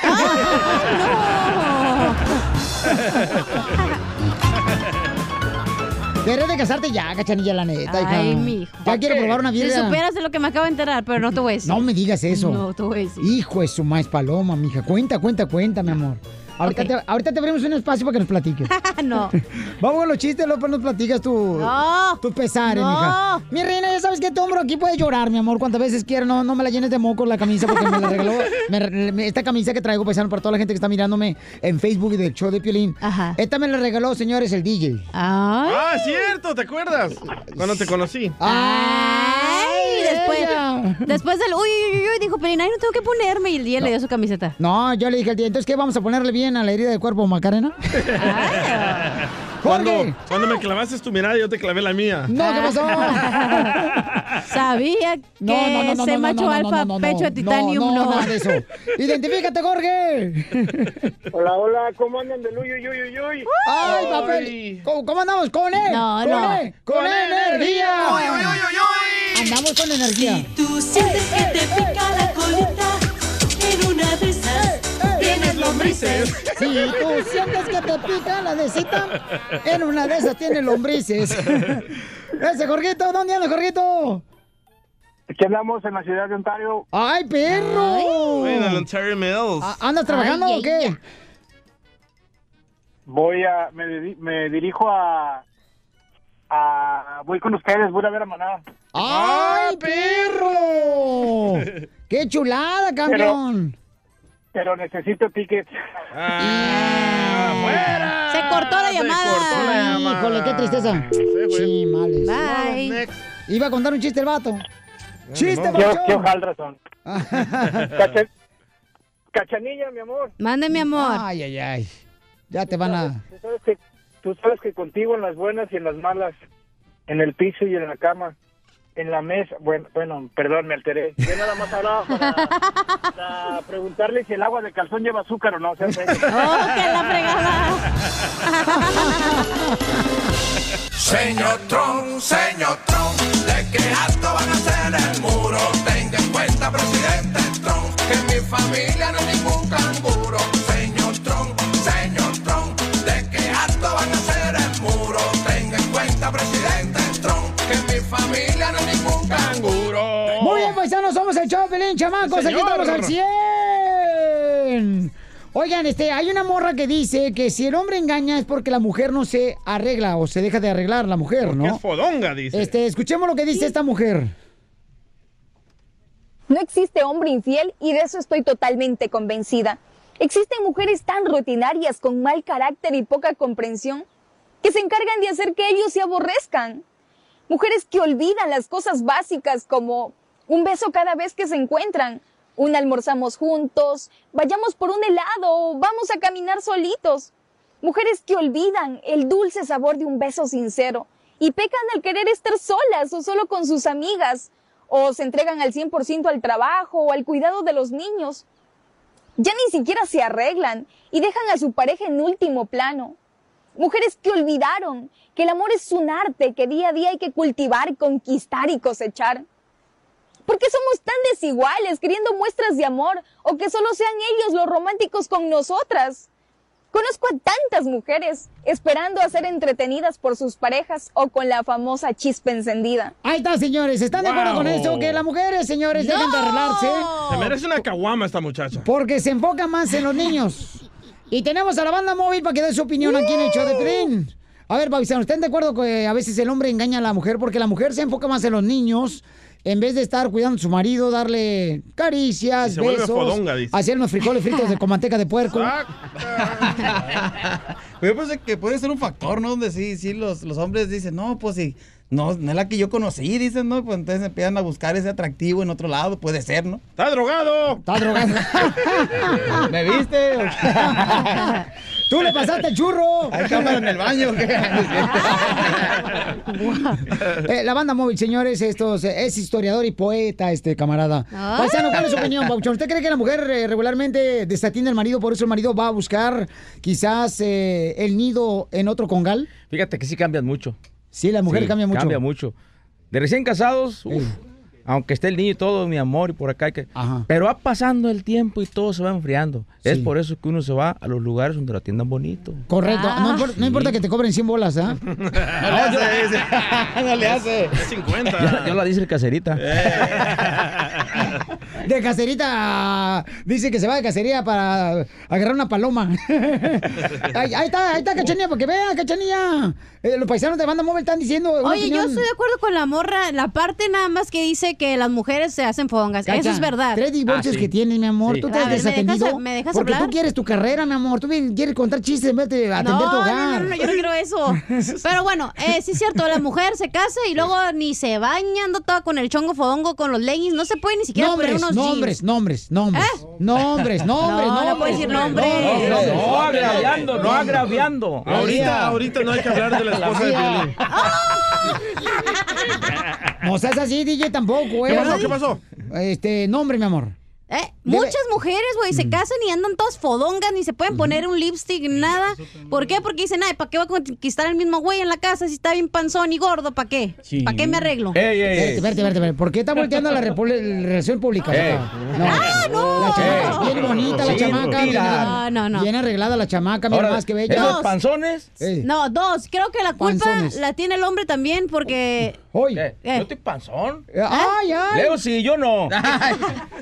Deberías de casarte ya, cachanilla, la neta, hija. Ay, mijo. Ya quiero probar una vida. Si superas de lo que me acabo de enterar, pero no te voy a decir. No me digas eso. No te voy a decir. Hijo de su maíz paloma, mija. Cuenta, cuenta, cuenta, mi amor. Ahorita, Ok. te, ahorita te abrimos un espacio para que nos platiques. *laughs* no. *laughs* Vamos con los chistes, López, nos platicas tu, No. tus pesares, No. mija. Mi reina, ya sabes que tu hombro aquí puede llorar, mi amor, cuantas veces quieras. No, no me la llenes de moco la camisa porque me la *laughs* regaló. me re- me- esta camisa que traigo, paisano, para toda la gente que está mirándome en Facebook y del show de Piolín. Esta me la regaló, señores, el DJ. ah, cierto, ¿te acuerdas? Cuando te conocí. Ay, después, ella. después del. Uy, uy, uy, uy, dijo Pelín, ay, no tengo que ponerme. Y el día le dio su camiseta. No, yo le dije al día, entonces, ¿qué vamos a ponerle bien a la herida del cuerpo, *laughs* Macarena? Cuando, cuando me clavaste tu mirada, yo te clavé la mía. No, ¿qué pasó? Ah, Sabía que No, no, no, no, ese no, macho no, no, alfa, no, no, pecho de no, titanium, no. no, nada *laughs* de eso. Identifícate, Jorge. Hola, hola, ¿cómo andan del uy, uy, uy, uy, uy? Ay, papel. ¿Cómo, cómo andamos? Con él. No, con no. él, con, E Con energía. energía. Uy, uy, Andamos con energía. Tú sientes que te pica la colita en una de Eh, esas. Tienes lombrices. Si tú sientes que te pica la necesita, en una de esas *laughs* tiene lombrices. Ese Jorgito, ¿dónde anda Jorgito? Aquí andamos en la ciudad de Ontario. ¡Ay, perro! Bueno, el Ontario Mills. Ah, ¿Andas trabajando Ay, o qué? Voy a, me, diri- me dirijo a, a, voy con ustedes, voy a ver a Maná. ¡Ay, *laughs* perro! ¡Qué chulada, campeón! Pero necesito tickets. Ah, Se cortó la llamada. Híjole, qué tristeza. Sí, males. Bye. Iba a contar un chiste el vato. ¡Chiste, Yo, macho! yo jal *laughs* razón. Cacha- Cachanilla, mi amor. Mande, mi amor. Ay, ay, ay. Ya te van a... Tú sabes, que, tú sabes que contigo en las buenas y en las malas, en el piso y en la cama, en la mesa, bueno, bueno, perdón, me alteré. Yo nada más hablaba para, para preguntarle si el agua de calzón lleva azúcar o no. ¿sí? Oh, Oh, Señor Trump, señor Trump, ¿de qué acto van a hacer el muro? Tenga en cuenta, presidente Trump, que en mi familia no hay ningún canguro. Señor Trump, señor Trump, ¿de qué acto van a hacer el muro? Tenga en cuenta, presidente Trump, que en mi familia no hay ningún canguro. Muy bien, paisanos, somos el show de Pelín, chamacos. Sí, Aquí señor. estamos al 100. Oigan, este, hay una morra que dice que si el hombre engaña es porque la mujer no se arregla o se deja de arreglar la mujer, Porque ¿no? es fodonga, dice. Este, escuchemos lo que dice esta mujer. No existe hombre infiel y de eso estoy totalmente convencida. Existen mujeres tan rutinarias, con mal carácter y poca comprensión, que se encargan de hacer que ellos se aborrezcan. Mujeres que olvidan las cosas básicas como un beso cada vez que se encuentran, un almorzamos juntos, vayamos por un helado o vamos a caminar solitos. Mujeres que olvidan el dulce sabor de un beso sincero y pecan al querer estar solas o solo con sus amigas, o se entregan al 100% al trabajo o al cuidado de los niños. Ya ni siquiera se arreglan y dejan a su pareja en último plano. Mujeres que olvidaron que el amor es un arte que día a día hay que cultivar, conquistar y cosechar. ¿Por qué somos tan desiguales queriendo muestras de amor o que solo sean ellos los románticos con nosotras? Conozco a tantas mujeres esperando a ser entretenidas por sus parejas o con la famosa chispa encendida. Ahí está, señores. ¿Están de acuerdo Wow. con esto? Que las mujeres, señores, ¡No! deben de arreglarse Se merece una caguama esta muchacha. porque se enfoca más en los niños. Y tenemos a la banda móvil para que dé su opinión aquí en el Uh. show de Pelín. A ver, Pavisano, ¿están de acuerdo que a veces el hombre engaña a la mujer porque la mujer se enfoca más en los niños en vez de estar cuidando a su marido, darle caricias, Y se vuelve besos, fodonga, dice. Ah, hacer unos frijoles fritos *laughs* de, con manteca de puerco? Pues Yo pensé que puede ser un factor, ¿no? Donde sí, sí, los, los hombres dicen, no, pues sí, no, no es la que yo conocí, dicen, ¿no? Pues entonces empiezan a buscar ese atractivo en otro lado, puede ser, ¿no? ¡Está drogado! ¡Está drogado! *laughs* ¿Me *laughs* viste? ¡Tú le pasaste el churro! Hay cámara en el baño. ¿o qué? *laughs* Eh, la banda móvil, señores, estos, eh, es historiador y poeta este camarada. Ah. Paisano, ¿cuál es su opinión, Pauchón? ¿Usted cree que la mujer eh, regularmente desatiende al marido, por eso el marido va a buscar quizás eh, el nido en otro congal? Fíjate que sí cambian mucho. Sí, la mujer cambia mucho. Cambia mucho. De recién casados, uf, aunque esté el niño y todo, mi amor, y por acá. hay Que... Pero va pasando el tiempo y todo se va enfriando. Es por eso que uno se va a los lugares donde lo atiendan bonito. Correcto. Ah, No, impor- no importa Ah, Sí. que te cobren 100 *laughs* bolas, ¿ah? Ah, No le hace. Es 50. Yo la dice el caserita. De cacerita. Dice que se va de cacería para agarrar una paloma. ahí, ahí está, ahí está, cachanilla, porque vea, cachanilla. Eh, los paisanos de banda móvil están diciendo. una Oye, yo opinión. estoy de acuerdo con la morra, la parte nada más que dice que las mujeres se hacen fongas. Cacha, Eso es verdad. Tres divorcios que tienes, mi amor. Tú te A has ver, ¿me dejas- desatendido. ¿Me dejas porque hablar? tú quieres tu carrera, mi amor. Tú quieres contar chistes en vez de atender no, tu no, hogar. No, no, yo no quiero eso. *laughs* Pero bueno, eh, sí es cierto, la mujer se casa y luego ni se bañando toda con el chongo fodongo, con los leggings, no se puede ni siquiera poner Nombres, unos jeans. ¿Eh? Ah, nombres, nombres, nombres, nombres, nombres, No, no nombres. puedo decir nombres. nombres. No agraviando, no agraviando. Ah. Ahorita, ahorita no hay que hablar de la esposa de Piolín. No seas así, DJ, tampoco, ¿Qué eh. pasó? ¿Qué pasó? Este, nombre, mi amor. Eh, muchas mujeres, güey, Mm. se casan y andan todas fodongas, ni se pueden poner un lipstick, nada. ¿Por qué? Porque dicen, ay, ¿para qué voy a conquistar al mismo güey en la casa si está bien panzón y gordo? ¿Para qué? ¿Para qué me arreglo? Espérate, espérate, espérate, espérate. ¿Por qué está volteando la, repu- la relación pública? Ey. No. La chamaca, Ey. bien bonita la Sí, chamaca. bien mira. arreglada. Ah, No, no, no. Bien arreglada la chamaca, mira Ahora, más que bella. ¿esos panzones? No, dos. Creo que la culpa Panzones. la tiene el hombre también porque... Oye, Eh. ¿Yo estoy panzón? Ay, ay. Leo sí, yo no.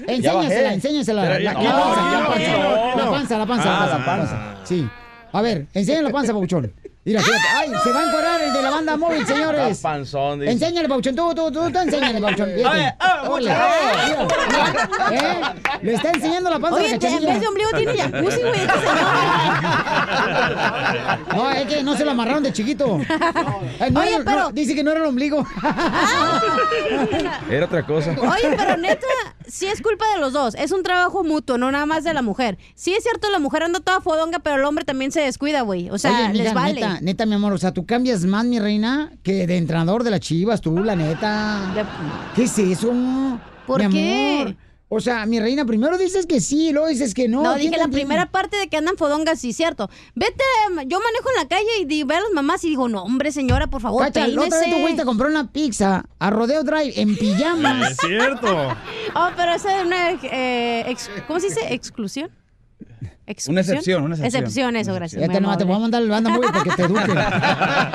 Enséñasela, enséñasela. Pero La, ya- la no, panza, la panza, ya bajé. la No. panza, la panza, Ah, la la panza, la panza. Sí. A ver, enséñale la panza, Pauchón. Mira, fíjate. Ay, se va a encuadrar el de la banda móvil, señores. Está panzón, dice. Enséñale, Pauchón. Tú, tú, tú, tú, enséñale, Pauchón. *laughs* Oye, Fíjate. ah, Ole. mucho. Mira, mira. ¿Eh? Le está enseñando la panza a Oye, la te- en cachanilla. vez de ombligo *laughs* tiene jacuzzi, güey. No, es que no se lo amarraron *laughs* de chiquito. Ay, no era- no, dice que no era el ombligo. *laughs* Era otra cosa. Oye, pero neta, sí es culpa de los dos. Es un trabajo mutuo, no nada más de la mujer. Sí es cierto, la mujer anda toda fodonga, pero el hombre también se descuida, güey. *laughs* O sea, Oye, mija, les vale. neta, neta, mi amor, o sea, tú cambias más, mi reina, que de entrenador de las chivas, tú, la neta. ¿Qué es eso? ¿Por Mi qué? amor. O sea, mi reina, primero dices que sí, luego dices que no. No, ¿Quién dije te la entiende? primera parte de que andan fodongas, sí, cierto. Vete, yo manejo en la calle y di- veo a las mamás y digo, no, hombre, señora, por favor, Cacha, la otra vez tu güey te Oh, peínese. compró una pizza a Rodeo Drive en pijamas. *laughs* Es cierto. Oh, pero esa es una, eh, ex- ¿cómo se dice? ¿Exclusión? ¿Exclusión? Una excepción, una excepción. Excepción, eso, gracias. Ya muy te, nomás te voy a amable. mandar el banda móvil para que te *laughs* eduque.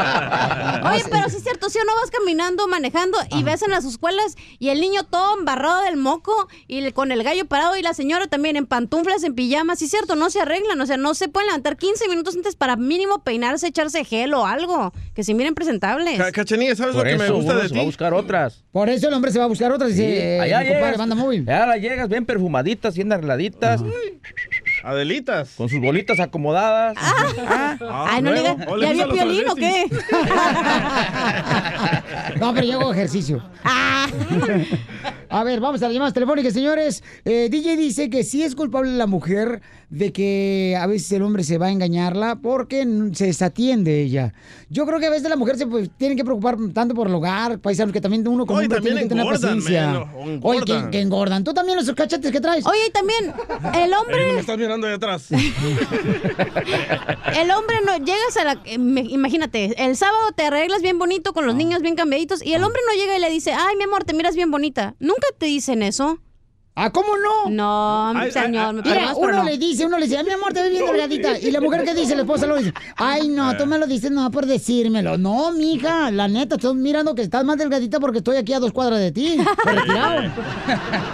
Oye, pero sí es cierto, si o no vas caminando, manejando y ves en las escuelas y el niño todo embarrado del moco y el- con el gallo parado y la señora también en pantuflas, en pijamas, sí es cierto, no se arreglan, o sea, no se pueden levantar 15 minutos antes para mínimo peinarse, echarse gel o algo, que se miren presentables. Ca- Cachanilla, ¿sabes Por lo que me eso gusta uno de se ti? va a buscar otras. Por eso el hombre se va a buscar otra. Dice, eh, allá mi compadre, llegas, banda móvil. allá *laughs* llegas bien perfumaditas, bien arregladitas. Adelitas. Con sus bolitas acomodadas. Ah. Ay, no le digas, Oh, ¿ya vio piolín o qué? *laughs* No, pero yo hago ejercicio. Ah. *laughs* A ver, vamos a las llamadas telefónicas, señores. Eh, DJ dice que sí es culpable la mujer de que a veces el hombre se va a engañarla porque n- se desatiende ella. Yo creo que a veces la mujer se pues, tiene que preocupar tanto por el hogar, paisanos, que también uno como Oye, hombre también tiene que tener engordan, paciencia. men, lo- Oye, engordan. que, que engordan. Tú también los cachetes que traes. Oye, y también el Eh, no me hombre, estás mirando *laughs* de atrás. el hombre no llegas a la eh, me- imagínate, el sábado te arreglas bien bonito con los Ah. niños bien cambiaditos y el hombre no llega y le dice, "Ay, mi amor, te miras bien bonita." Nunca te dicen eso. Ah, ¿cómo no? No, Ay, señor, ay, me ay, perdonas, mira, pero uno no. le dice, uno le dice, "Ay, mi amor, te ves bien delgadita. Y la mujer que dice, la esposa lo dice, ay, no, tú me lo dices no por decírmelo. No, mija, la neta, estás mirando que estás más delgadita porque estoy aquí a dos cuadras de *laughs* ti. Retirado.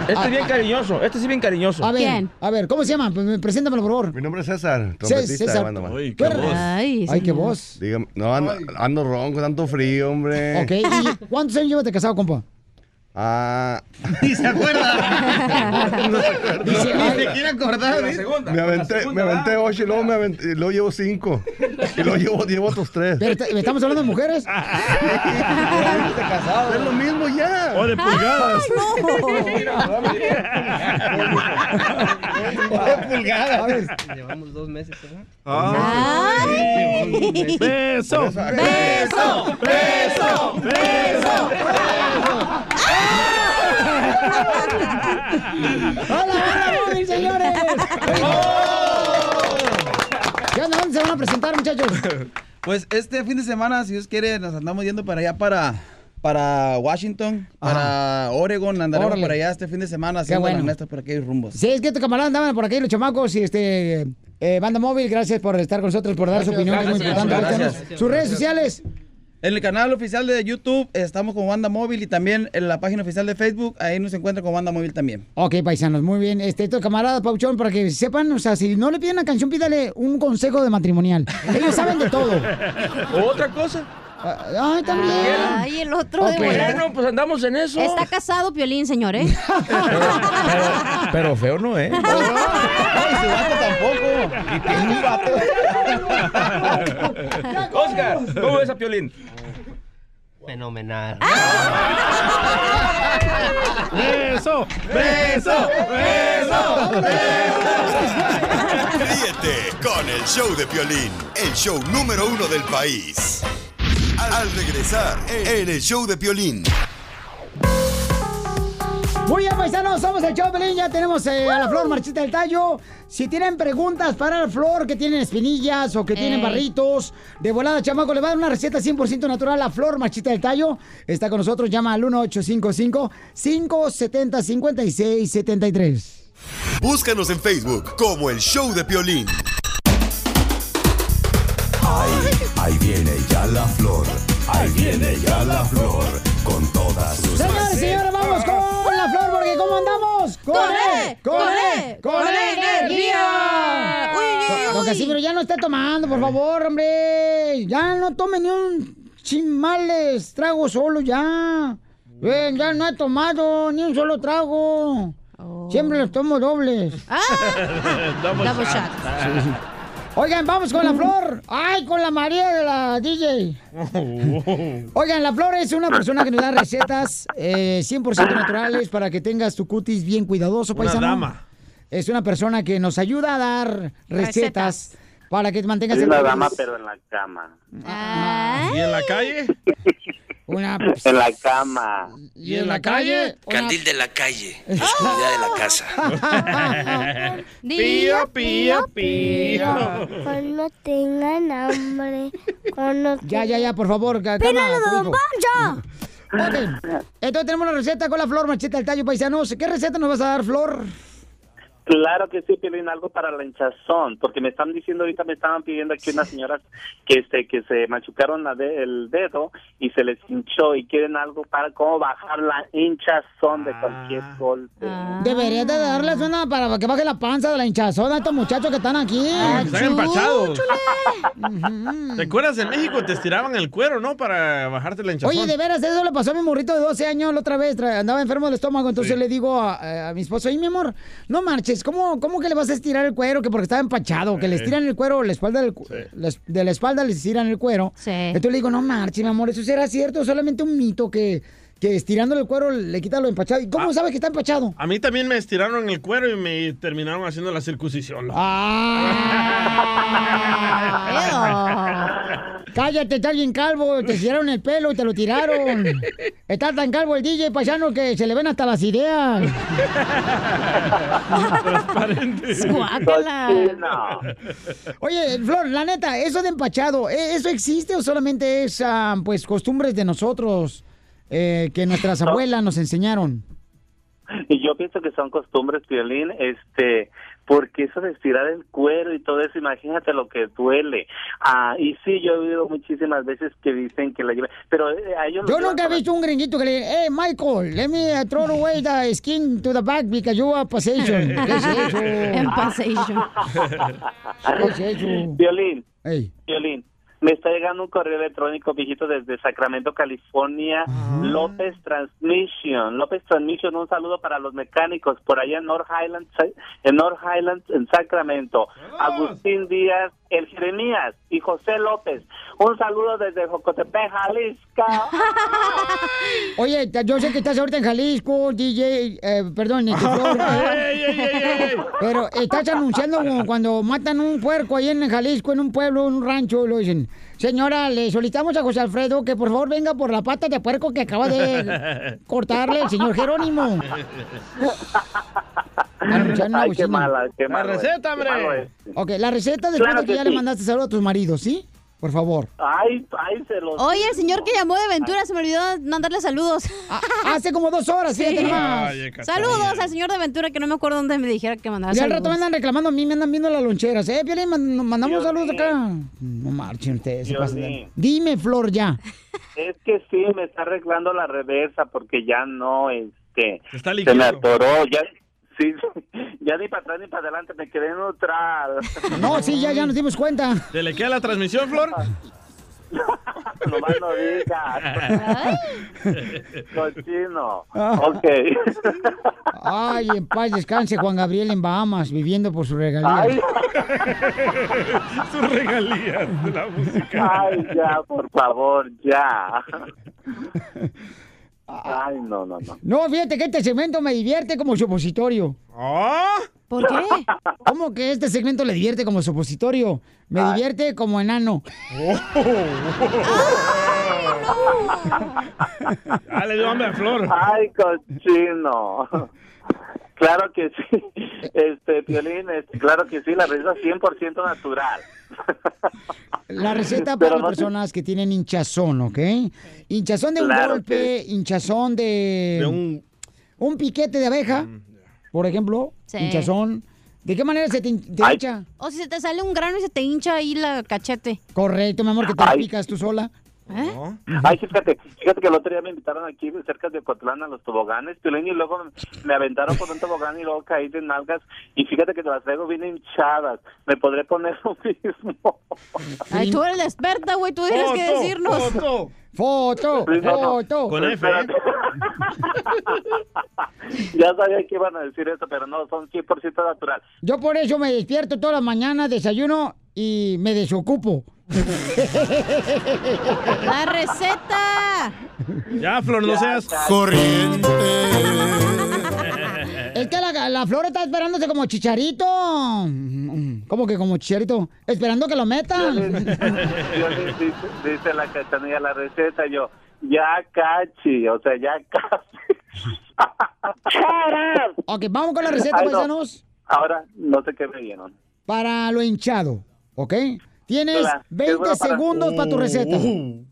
Este es bien cariñoso, este sí es bien cariñoso. A ver, a ver, ¿cómo se llama? Pues, me- Preséntamelo, por favor. Mi nombre es César, Cés- trompetista César. de banda más. Ay, qué Ay, voz. ay, qué voz. Dígame, no, ando, ando ronco, tanto frío, hombre. Ok, ¿y cuántos *laughs* años llevas de casado, compa? Ah, se *laughs* acuerda. Dice, ni ay, se quiere acordar. la ¿eh? me aventé, me aventé ocho y luego, me aventé- y luego llevo cinco. Y luego llevo, llevo otros tres. Pero te- estamos hablando de mujeres. *laughs* Es lo mismo ya. O de pulgadas. pulgadas. Llevamos dos meses, ¿eh? ¿verdad? Ah, Beso, beso, beso, beso. ¡Hola, hola, señores! ¿Qué onda? ¿Dónde se van a presentar, muchachos? Pues este fin de semana, si Dios quiere, nos andamos yendo para allá para para Washington, para Oregon, andaremos Órale. para allá este fin de semana Qué haciendo bueno. las nuestras por aquellos rumbos. Sí, es que tu camarada andaban por aquí, los chamacos, y este. eh, banda Móvil, gracias por estar con nosotros, por dar su opinión, que es muy importante. Cuéntanos Sus redes sociales. En el canal oficial de YouTube estamos con Banda Móvil y también en la página oficial de Facebook, ahí nos encuentran con Banda Móvil también. Ok, paisanos, muy bien. Este, tu camarada Pauchón, para que sepan, o sea, si no le piden la canción, pídale un consejo de matrimonial. Ellos saben de todo. ¿Otra cosa? Ay, también. Ay, el otro de Ok. volar. Bueno, pues andamos en eso. Está casado Piolín, señor, *laughs* ¿eh? Pero feo no ¿eh? es. tampoco. Y tiene un vato. Oscar, ¿cómo ves a Piolín? Fenomenal. Beso, beso, beso, Ríete con el show de Piolín, el show número uno del país. Al regresar en el show de Piolín. Muy bien, paisanos, somos el Choplin, ya tenemos eh, a la Flor Marchita del Tallo. Si tienen preguntas para la Flor, que tienen espinillas o que tienen Ey. barritos, de volada, chamaco, le va a dar una receta 100% natural a la Flor Marchita del Tallo. Está con nosotros, llama al 1855-570-5673. Búscanos en Facebook como el show de Piolín. Ahí viene ya la flor, ahí viene ya la flor, con todas sus... Señores, señores, vamos con la Flor, porque ¿cómo andamos? ¡Con E! ¡Con E! ¡Con energía! Don- Don Casimiro, ya no esté tomando, por favor, hombre. Ya no tome ni un chimales trago solo, ya. Ven, ya no he tomado ni un solo trago. Oh. Siempre los tomo dobles. Double Double shot. Oigan, vamos con la flor. Ay, con la María de la DJ. Oigan, la flor es una persona que nos da recetas eh, 100% naturales para que tengas tu cutis bien cuidadoso, Una paisano. dama. Es una persona que nos ayuda a dar recetas, para que mantengas Es el una cutis. dama, pero en la cama. ¿Y en la *laughs* calle? Una... En la cama. ¿Y en la calle? Candil de la calle, oscuridad de la *laughs* casa. Pío, pío, pío. Cuando tengan hambre, cuando Ya, ya, ya, por favor. ¡Pídalo, don Pancho! Ok, entonces tenemos la receta con la flor macheta del tallo, paisanos. ¿Qué receta nos vas a dar, Flor? Claro que sí, piden algo para la hinchazón, porque me están diciendo ahorita, me estaban pidiendo aquí unas señoras que se, que se machucaron la de- el dedo y se les hinchó y quieren algo para cómo bajar la hinchazón de cualquier golpe. Ah. Deberías de darles una para que baje la panza de la hinchazón a estos muchachos que están aquí. Están empachados. ¿Te acuerdas en México? Te estiraban el cuero, ¿no? Para bajarte la hinchazón. Oye, de veras, eso le pasó a mi morrito de 12 años la otra vez, tra- andaba enfermo del estómago, entonces le digo a, a mi esposo, y mi amor, no marches, ¿cómo, ¿cómo que le vas a estirar el cuero? Que porque estaba empachado, que le Sí. estiran el cuero, la espalda del cu- les- de la espalda le estiran el cuero. Entonces le digo, no marches, mi amor, eso será cierto, solamente un mito que, que estirándole el cuero le quita lo empachado. ¿Y cómo sabes que está empachado? A mí también me estiraron el cuero y me terminaron haciendo la circuncisión. Ah. Cállate, está alguien calvo, te tiraron el pelo y te lo tiraron. Está tan calvo el DJ paisano que se le ven hasta las ideas. Transparente. Guácala. Oye, Flor, la neta, eso de empachado, ¿e- ¿eso existe o solamente es, ah, pues, costumbres de nosotros eh, que nuestras abuelas nos enseñaron? Y yo pienso que son costumbres, Piolín, este, porque eso de estirar el cuero y todo eso, imagínate lo que duele. Ah, y sí, yo he oído muchísimas veces que dicen que la lleva, pero eh, a ellos los Yo llevan nunca he para- visto un gringuito que le diga, hey, Michael, let me uh, throw away the skin to the back because you are *laughs* possession. ¿Qué es eso? ¿Qué es eso? Violín, Ey. Violín, me está llegando un correo electrónico, viejito, desde Sacramento, California, Ah. López Transmission. López Transmission, un saludo para los mecánicos por allá en North Highlands, en North Highlands, en Sacramento. Agustín Díaz, el Jeremías y José López. Un saludo desde Jocotepec, Jalisco. *laughs* Oye, ta- yo sé que estás ahorita en Jalisco, DJ, eh, perdón, *laughs* en Tijuana. Ey, ey, ey, ey, ey. Pero estás anunciando como cuando matan un puerco ahí en Jalisco, en un pueblo, en un rancho, y lo dicen. Señora, le solicitamos a José Alfredo que por favor venga por la pata de puerco que acaba de cortarle el señor Jerónimo. Anunciando Ay, qué bocina. mala, qué La malo es, receta, qué hombre. malo es. Ok, la receta después Claro de que, que ya sí. Ah, le mandaste saludo a tus maridos, ¿sí? Por favor. Ay, ay, se los... Oye, el señor que llamó de Ventura, se me olvidó mandarle saludos. Ah, Hace como dos horas, fíjate nomás. Ay, Ekaterina. saludos al señor de Ventura, que no me acuerdo dónde me dijera que mandara Y al saludos. rato me andan reclamando a mí, me andan viendo las loncheras. Eh, Piolín, man- nos mandamos saludos acá. No marchen ustedes. se pasan de- Piolín. Dime, Flor, ya. Es que sí, me está arreglando la reversa porque ya no, este, Está se me liquidado. atoró, ya, sí, *laughs* ya ni para atrás ni para adelante, me quedé neutral. *laughs* No, sí, *laughs* ya, ya nos dimos cuenta. ¿Te le queda la transmisión, Flor? Nomás no digas. Cochino. Ah. Ok. Ay, en paz descanse Juan Gabriel en Bahamas, viviendo por su Ay. regalía. Su regalía de la música. Ay, ya, por favor, ya. Ay, no, no, no. No, fíjate que este segmento me divierte como supositorio. ¿Ah? ¿Por qué? ¿Cómo que este segmento le divierte como supositorio? Me divierte como enano. Oh. Ah, le dio hambre a Flor. Ay, cochino. Claro que sí, este, Piolín, este, claro que sí, la risa 100% natural. La receta para Pero las no te- personas que tienen hinchazón, ¿ok? Hinchazón de un Claro golpe, hinchazón de... De un... Mm, piquete de abeja, por ejemplo, Sí. hinchazón. ¿De qué manera se te, hin- te hincha? O si se te sale un grano y se te hincha ahí la cachete. Correcto, mi amor, que te Ay. picas tú sola. ¿Eh? Ay, sí, fíjate, fíjate que el otro día me invitaron aquí de cerca de Cotlán a los toboganes, Piolín, y luego me aventaron por un tobogán y luego caí de nalgas, y fíjate que te las traigo bien hinchadas, me podré poner lo mismo. Ay, tú eres la experta, güey, tú tienes que Foto, decirnos. foto. Foto, Sí, no, no. foto. Con F, ¿eh? *laughs* Ya sabía que iban a decir eso, pero no, son 100% natural. Yo por eso me despierto todas las mañanas, desayuno y me desocupo. *laughs* ¡La receta! Ya, Flor, no seas. Corriente. Es que la, la flor está esperándose como chicharito. ¿Cómo que como chicharito? Esperando que lo metan. *laughs* Yo le- dice, dice la catanilla la receta, yo, ya cachi, o sea, ya casi. ok, vamos con la receta, Ay, no. paisanos. Ahora no sé qué me dieron. Para lo hinchado, ¿ok? Tienes Hola, es 20 bueno para- segundos para tu receta. Uh.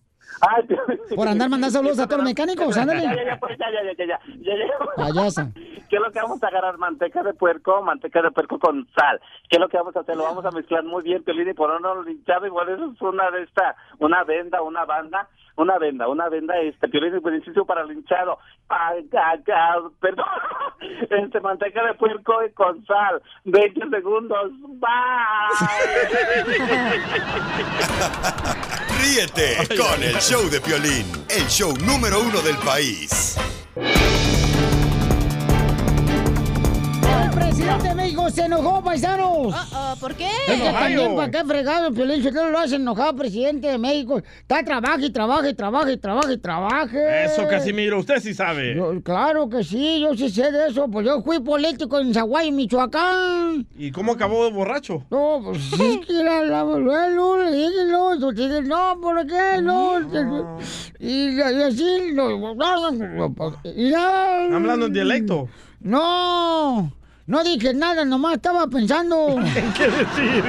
Por andar mandando saludos a todos los *laughs* mecánicos, Ya, ya, ándale. ya, pues, ya, ya, ya, ya, ya, ya, ya. Payasa. ¿Qué es lo que vamos a agarrar? Manteca de puerco, manteca de puerco con sal. ¿Qué es lo que vamos a hacer? Lo vamos a mezclar muy bien, Piolín, y ponerlo linchado. Igual eso es una de esta, una venda, una banda, una venda, una venda, este, Piolín, es beneficio para linchado. Ah, ah, ah, perdón, *laughs* este, manteca de puerco y con sal. 20 segundos. Bye. Ríete con el show de Piolín, el show número uno del país. El presidente de México se enojó, paisanos. Oh, oh, ¿Por qué? Es que también, ¿para qué fregado? Piolín Sotelo lo hace enojado, presidente de México. Está trabaja y trabaja y trabaja y trabaja y trabaja. Eso, Casimiro, usted sí sabe. Claro que sí, yo sí sé de eso. Pues yo fui político en Zaguay, Michoacán. ¿Y cómo acabó de borracho? No, pues sí, que era la luego le dije, no, yo te dije, no, ¿por qué? No. Ah. este, Y, y así, no, no, no, pues, y ya. Hablando en dialecto. No, no dije nada, nomás estaba *laughs* pensando. ¿Qué decir?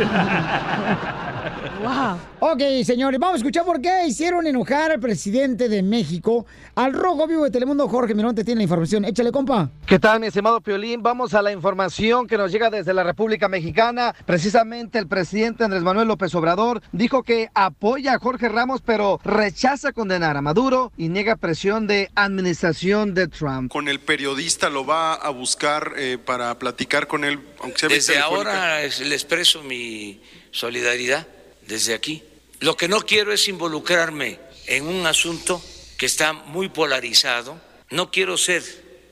Wow. Ok, señores, vamos a escuchar por qué hicieron enojar al presidente de México. Al rojo vivo de Telemundo, Jorge Mirón, te tiene la información. Échale, compa. ¿Qué tal, mi estimado Piolín? Vamos a la información que nos llega desde la República Mexicana. Precisamente el presidente Andrés Manuel López Obrador dijo que apoya a Jorge Ramos, pero rechaza condenar a Maduro y niega presión de administración de Trump. Con el periodista lo va a buscar eh, para platicar con él, aunque sea vía Desde telefónica. ahora es- le expreso mi solidaridad desde aquí. Lo que no quiero es involucrarme en un asunto que está muy polarizado. No quiero ser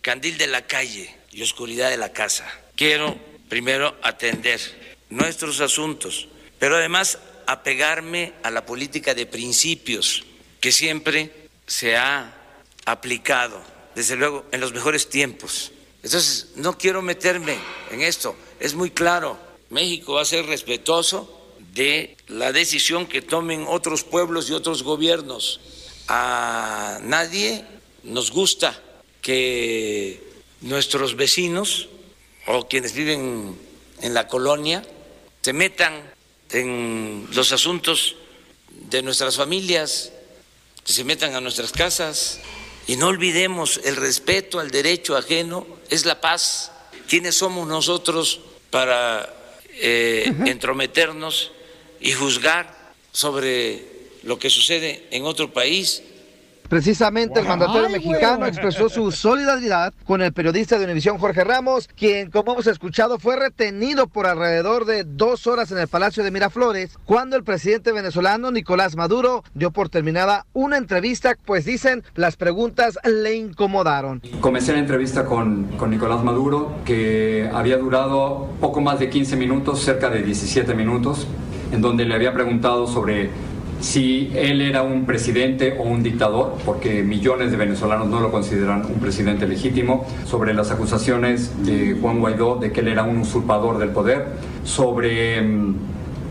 candil de la calle y oscuridad de la casa. Quiero primero atender nuestros asuntos, pero además apegarme a la política de principios que siempre se ha aplicado, desde luego, en los mejores tiempos. Entonces, no quiero meterme en esto. Es muy claro, México va a ser respetuoso de la decisión que tomen otros pueblos y otros gobiernos. A nadie nos gusta que nuestros vecinos o quienes viven en la colonia se metan en los asuntos de nuestras familias, que se metan a nuestras casas. Y no olvidemos, el respeto al derecho ajeno es la paz. ¿Quiénes somos nosotros para eh, entrometernos y juzgar sobre lo que sucede en otro país? Precisamente el mandatario Ay, güey. mexicano expresó su solidaridad con el periodista de Univisión Jorge Ramos, quien, como hemos escuchado, fue retenido por alrededor de dos horas en el Palacio de Miraflores cuando el presidente venezolano Nicolás Maduro dio por terminada una entrevista, pues dicen las preguntas le incomodaron. Comencé la entrevista con, con Nicolás Maduro, que había durado poco más de 15 minutos, cerca de 17 minutos, en donde le había preguntado sobre si él era un presidente o un dictador, porque millones de venezolanos no lo consideran un presidente legítimo, sobre las acusaciones de Juan Guaidó de que él era un usurpador del poder, sobre... mm,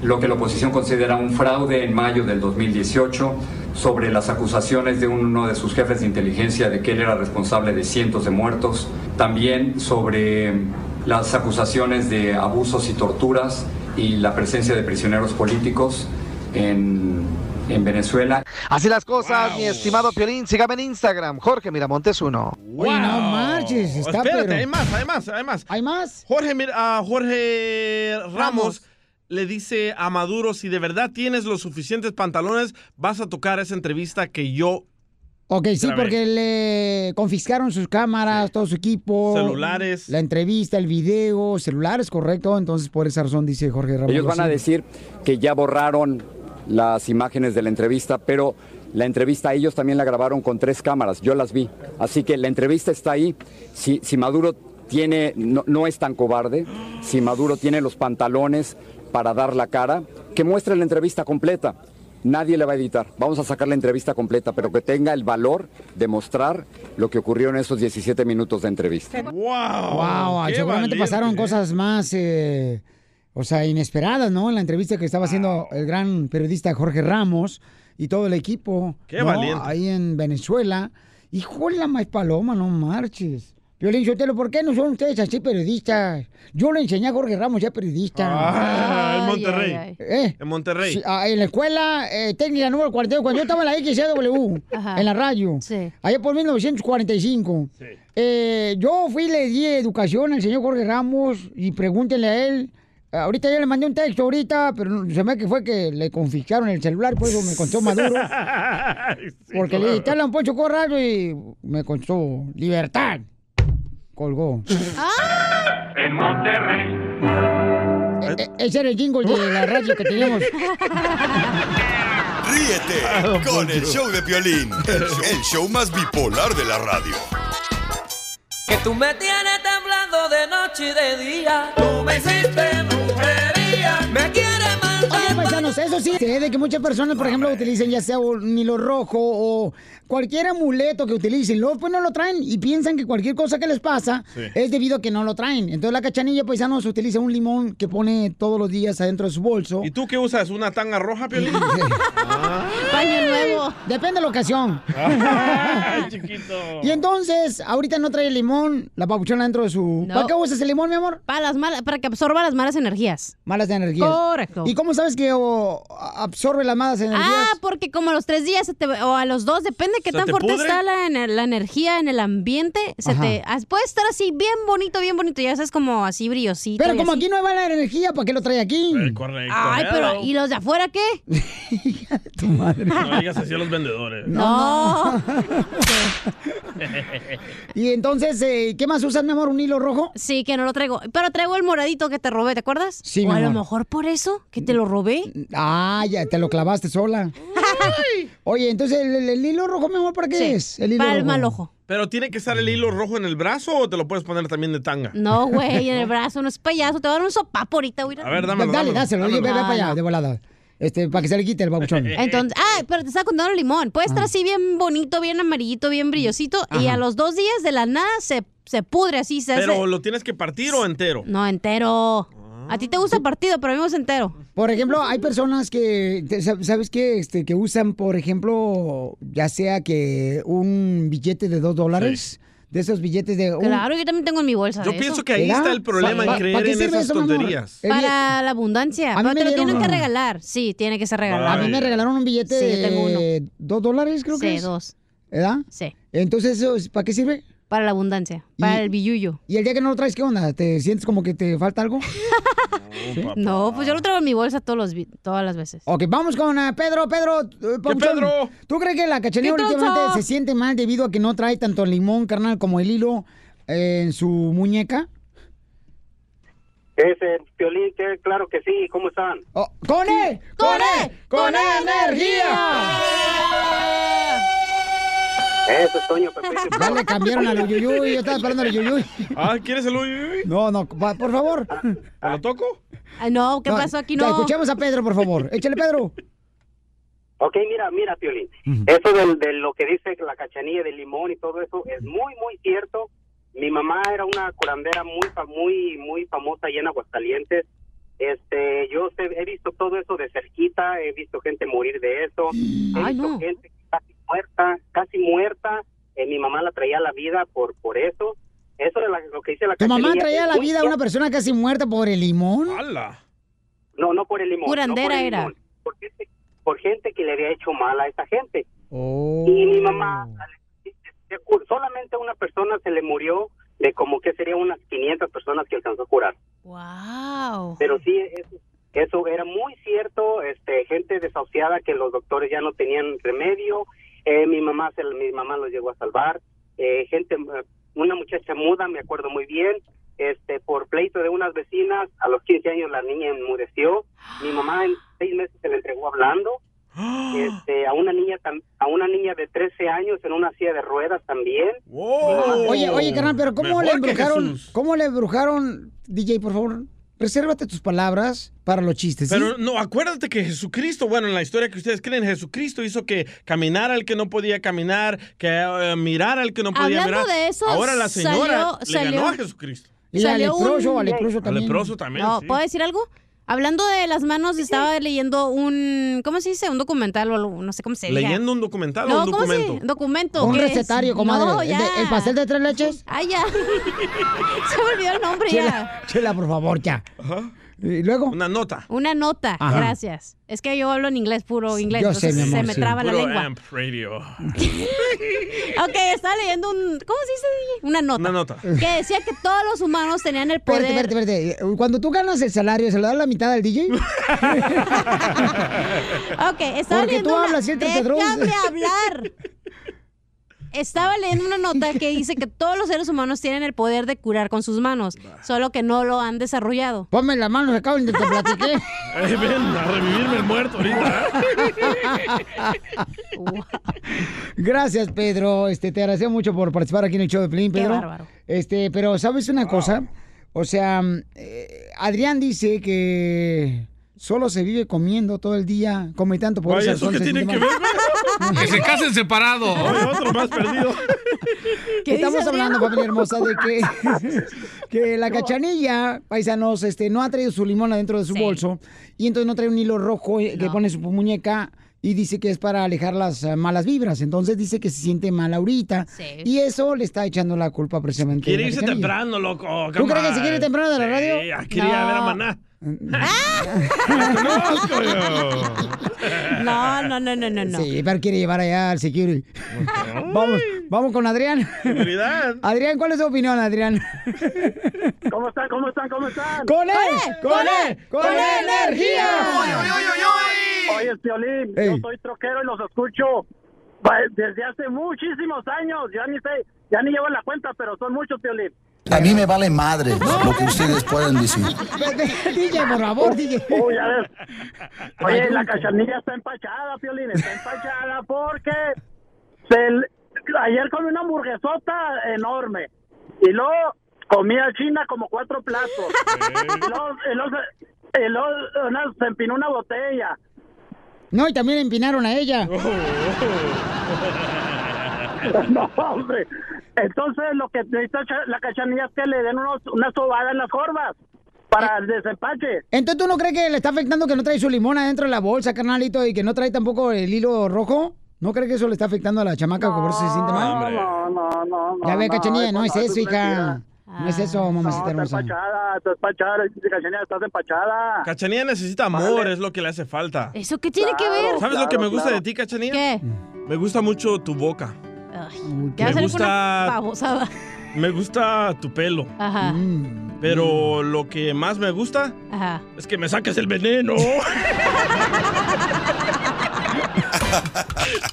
lo que la oposición considera un fraude en mayo del 2018 sobre las acusaciones de uno de sus jefes de inteligencia de que él era responsable de cientos de muertos, también sobre las acusaciones de abusos y torturas y la presencia de prisioneros políticos en, en Venezuela. Así las cosas, mi estimado Piolín, sígame en Instagram, Jorge Miramontes 1. no marches, está Espérate, pero- hay más, hay más, hay más. ¿Hay más? Jorge, mir- ah, Jorge Ramos, le dice a Maduro, si de verdad tienes los suficientes pantalones, vas a tocar esa entrevista que yo... Ok, sí, Grabé. porque le confiscaron sus cámaras, todo su equipo. Celulares. La entrevista, el video, celulares, correcto. Entonces, por esa razón, dice Jorge Ramos. Ellos van a sí. decir que ya borraron las imágenes de la entrevista, pero la entrevista ellos también la grabaron con tres cámaras, yo las vi. Así que la entrevista está ahí. Si, si Maduro tiene, no, no es tan cobarde, si Maduro tiene los pantalones para dar la cara, que muestre la entrevista completa. Nadie la va a editar. Vamos a sacar la entrevista completa, pero que tenga el valor de mostrar lo que ocurrió en esos 17 minutos de entrevista. ¡Wow! Wow, ah, qué seguramente valiente, pasaron cosas más, eh, o sea, inesperadas, ¿no? En la entrevista que estaba haciendo Ah. el gran periodista Jorge Ramos y todo el equipo. Qué ¿no? valiente. Ahí en Venezuela. Híjole, la más paloma, no marches. Violín Sotelo, ¿por qué no son ustedes así periodistas? Yo le enseñé a Jorge Ramos ya periodista. Ah, en Monterrey. ¿Eh? En Monterrey. Sí, ah, en la escuela eh, técnica número 42, cuando yo estaba en la XCW, en la radio, allá por 1945, eh, yo fui y le di educación al señor Jorge Ramos y pregúntenle a él. Ahorita ya le mandé un texto ahorita, pero no- se me que fue que le confiscaron el celular, por eso me contó *laughs* Maduro. *laughs* porque le instalan un Poncho Corrado y me contó libertad. Colgó. En Monterrey. E- e- ese era el jingle de la radio que teníamos. Ríete Ah, con el show de Piolín, el show- el show más bipolar de la radio. Que tú me tienes temblando de noche y de día. Tú me hiciste brujería. Me quieres Oye, paisanos, eso sí, sé de que muchas personas, por ejemplo, utilizan ya sea un hilo rojo o cualquier amuleto que utilicen, luego pues no lo traen y piensan que cualquier cosa que les pasa Sí. es debido a que no lo traen. Entonces la cachanilla, paisanos, utiliza un limón que pone todos los días adentro de su bolso. ¿Y tú qué usas? ¿Una tanga roja, Piolín? Paño nuevo. Depende de la ocasión. Ah. Ay, chiquito. Y entonces, ahorita no trae limón, la papuchona dentro de su... No. ¿Para qué usas el limón, mi amor? Para, las malas, para que absorba las malas energías. Malas energías. Correcto. ¿Y cómo sabes que o, absorbe las malas energías? Ah, porque como a los tres días se te- o a los dos, depende de qué ¿Se tan te fuerte pudre? está la, ener- la energía en el ambiente, se Ajá. te as- puede estar así bien bonito, bien bonito, ya sabes como así brillosito. Pero y como así. aquí no hay mala energía, ¿para qué lo trae aquí? Correcto. Ay, pero Hello. ¿y los de afuera qué? *laughs* tu madre. No digas así a los vendedores. *laughs* *laughs* No. *laughs* Y entonces, eh, ¿qué más usas, mi amor? ¿Un hilo rojo? Sí, que no lo traigo. Pero traigo el moradito que te robé, ¿te acuerdas? Sí, O mi a lo amor. mejor por eso, que te lo robé. Ah, ya, te lo clavaste sola. *laughs* Oye, entonces, ¿el, el- el hilo rojo, mi amor, para qué Sí, es? El hilo para el rojo. mal ojo. ¿Pero tiene que estar el hilo rojo en el brazo o te lo puedes poner también de tanga? No, güey, en el brazo, no es payaso. Te va a dar un sopapo ahorita, güey. Ah, A ver, dámelo, Dale, dámelo, dáselo. Oye, ve, ve dámelo. para allá, de volada. Este, para que se le quite el babuchón. *laughs* Entonces, ah, pero te estaba contando el limón. Puede estar Ah. así bien bonito, bien amarillito, bien brillosito. Y Ajá. a los dos días de la nada se, se pudre así, se ¿Pero hace. lo tienes que partir o entero? No, entero. A ti te gusta partido, pero a mí me gusta entero. Por ejemplo, hay personas que, te- sab- ¿sabes qué? Este, que usan, por ejemplo, ya sea que un billete de dos dólares, de esos billetes de... un- Claro, yo también tengo en mi bolsa. Yo de pienso eso. que ahí ¿Verdad? está el problema en ¿Para- creer para qué en sirve esas eso, mi amor? tonterías. Para la abundancia. Eh, mí Pero me te lo dieron tienen que uno. regalar. Sí, tiene que ser regalado. A mí me regalaron un billete Sí, yo tengo de Eh, dos dólares, creo que Sí, es. dos. ¿Verdad? Sí. Entonces, ¿eso es- ¿para qué sirve? Para la abundancia, para el billullo. ¿Y el día que no lo traes, qué onda? ¿Te sientes como que te falta *laughs* algo? No, pues yo lo traigo en mi bolsa todos los, vi- todas las veces. Ok, vamos con ah, Pedro, Pedro. eh, Papuchón. Pedro? ¿Tú crees que la cachanilla ¿Qué tranza? últimamente se siente mal debido a que no trae tanto el limón, carnal, como el hilo eh, en su muñeca? Ese Piolín, que- claro que sí, ¿cómo están? ¡Con él! ¡Con él! ¡Con E energía! Eh, Eso es Toño Pepito. Ya le cambiaron al Uyuyuy, yo estaba esperando al Uyuyuy. Ah, ¿quieres el Uyuyuy? No, no, va, por favor. ¿Te lo toco? Ah, no, ¿qué pasó aquí? ya, No. Escuchemos a Pedro, por favor. Échale, Pedro. Ok, mira, mira, Piolín. Eso del- de, lo que dice la cachanilla de limón y todo eso es muy, muy cierto. Mi mamá era una curandera muy, fa- muy, muy famosa allá en Aguascalientes. Este, yo sé- he visto todo eso de cerquita, he visto gente morir de eso, he visto gente casi muerta, casi muerta. Eh, mi mamá la traía a la vida por, por eso. Eso de la- lo que dice la ¿Tu mamá cachanilla traía a es la muy vida a una cierto. persona casi muerta por el limón? No, no por el limón. no por Curandera el era. limón, por, gente, por gente que le había hecho mal a esa gente. Oh. Y mi mamá, se cu- solamente una persona se le murió de como que sería unas 500 personas que alcanzó a curar. Wow. Pero sí, eh. eso, eso era muy cierto, este, gente desahuciada que los doctores ya no tenían remedio. Eh, mi mamá se, mi mamá los llegó a salvar. Eh, gente, eh, una muchacha muda, me acuerdo muy bien. Este, por pleito de unas vecinas, a los 15 años la niña enmudeció. Mi mamá en seis meses se le entregó hablando. *gasps* Este, a una niña tam- a una niña de 13 años en una silla de ruedas también. Oye, oye, carnal, pero ¿cómo le Mejor que embrujaron? Jesús. ¿Cómo le embrujaron, DJ, por favor? Resérvate tus palabras para los chistes. Este, ¿sí? Pero no, acuérdate que Jesucristo, bueno, en la historia que ustedes creen, Jesucristo hizo que caminara al que no podía caminar, que eh, mirara al que no podía Hablando mirar. de eso, Ahora la señora salió- le ganó salió- a Jesucristo. Y al Salió leproso, un- al leproso Al también. leproso también, No, pues, sí. ¿Puedo decir algo? Hablando de las manos, estaba leyendo un, ¿cómo se dice? Un documental o algo, no sé cómo se dice. ¿Leyendo un documental o un ¿cómo se- documento? documento. Un ¿qué es? recetario, comadre. No, ¿El ya. de- ¿El pastel de tres leches? Ay, ya. *laughs* se me olvidó el nombre ya. Chela, chela, por favor, ya. Y luego. Una nota. Una nota, Ajá. gracias. Es que yo hablo en inglés, puro inglés, yo entonces sé, mi amor, se me sí. traba la Puro eh, lengua. amp radio. *laughs* Ok, estaba leyendo un, ¿cómo se dice? Una nota. Una nota. Que decía que todos los humanos tenían el poder. Espérate, espérate, espérate. Cuando tú ganas el salario, ¿se lo da la mitad al DJ? Ok, estaba Porque leyendo tú una- hablas, siéntate, Dross. Déjame hablar. Estaba leyendo una nota que dice que todos los seres humanos tienen el poder de curar con sus manos, solo que no lo han desarrollado. Ponme las manos acá donde te platiqué. Ay, ven a revivirme el muerto ahorita. ¿eh? Gracias, Pedro. Este, te agradezco mucho por participar aquí en el show de Plin, Qué Pedro. bárbaro. Este, pero ¿sabes una cosa? O sea, eh, Adrián dice que solo se vive comiendo todo el día, come tanto *laughs* por Vaya, eso. ¿eso qué entonces, tiene mi que mamá. *laughs* Que se casen separados. otro más perdido. ¿Qué Estamos dice hablando, Adrián? familia hermosa, de *laughs* que, *laughs* que la cachanilla, paisanos, este, no ha traído su limón adentro de su bolso y entonces no trae un hilo rojo eh, que No. pone su muñeca y dice que es para alejar las eh, malas vibras. Entonces dice que se siente mal ahorita y eso le está echando la culpa precisamente. a Quiere la irse cachanilla. temprano, loco. Oh, ¿Tú come crees que se on. quiere ir temprano Mm. de la radio? Sí, ah, quería ver a Maná. *laughs* La conozco yo. No, no, no, no, no, no. Sí, pero quiere llevar allá al security. vamos, vamos con Adrián. Seguridad. Adrián, ¿cuál es tu opinión, Adrián? ¿Cómo están? ¿Cómo están? ¿Cómo están? ¡Con él! *laughs* ¡Con él! ¡Con energía! Oye, Piolín, yo Ey. soy troquero y los escucho va- desde hace muchísimos años. Ya ni sé, ya ni llevo la cuenta, pero son muchos, *laughs* Piolín. A mí me vale madre lo que ustedes puedan decir. DJ, por favor, DJ. Uy, a ver. Oye, la cachanilla está empachada, Piolín, está empachada porque se le- ayer comí una hamburguesota enorme y luego comía china como cuatro platos. *laughs* Y luego, y luego se- y luego, una- se empinó una botella. No, y también empinaron a ella. Oh. *laughs* No, hombre. Entonces, lo que necesita cha- la cachanilla es que le den unos, una sobada en las corvas para el desempache. Entonces, ¿tú no crees que le está afectando que no trae su limón adentro de la bolsa, carnalito, y que no trae tampoco el hilo rojo? ¿No crees que eso le está afectando a la chamaca que por eso se siente mal? No, no, no. no ya ve, no, cachanilla, no, es no, eso, hija. No es Ah. eso, mamacita No, está hermosa. empachada, está empachada, cachanilla, estás empachada. Cachanilla necesita amor, es lo que le hace falta. ¿Eso qué tiene que ver? ¿Sabes lo que me gusta de ti, Cachanilla? Eh, ¿Qué? Me gusta mucho tu boca. Ay, Me ya va a salir con una gusta- babosada. Me gusta tu pelo. Ajá. Mm. Pero lo que más me gusta Ajá. es que me saques el veneno.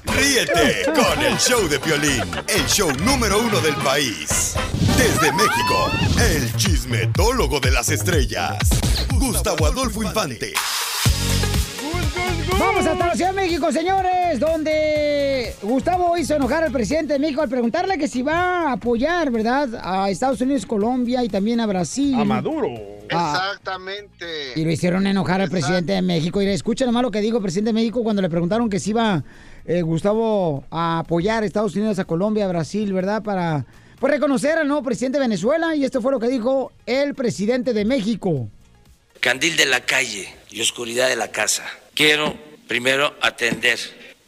Ríete con el show de Piolín, el show número uno del país. Desde México, el chismetólogo de las estrellas, Gustavo Adolfo Infante. Vamos hasta la Ciudad de México, señores, donde Gustavo hizo enojar al presidente de México al preguntarle que si va a apoyar, ¿verdad? A Estados Unidos, Colombia y también a Brasil. A Maduro. Ah, Exactamente. y lo hicieron enojar al presidente de México. Y escuchen nomás lo que dijo el presidente de México cuando le preguntaron que si iba eh, Gustavo a apoyar a Estados Unidos, a Colombia, a Brasil, ¿verdad? Para pues, reconocer al nuevo presidente de Venezuela. Y esto fue lo que dijo el presidente de México. Candil de la calle y oscuridad de la casa. Quiero primero atender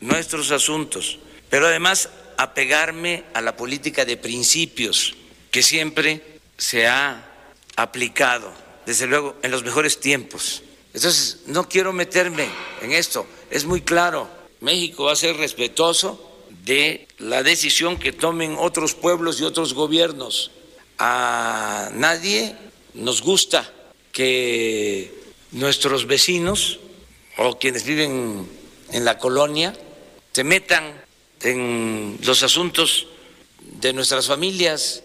nuestros asuntos, pero además apegarme a la política de principios que siempre se ha aplicado, desde luego en los mejores tiempos. Entonces, no quiero meterme en esto, es muy claro, México va a ser respetuoso de la decisión que tomen otros pueblos y otros gobiernos. A nadie nos gusta que nuestros vecinos o quienes viven en la colonia se metan en los asuntos de nuestras familias.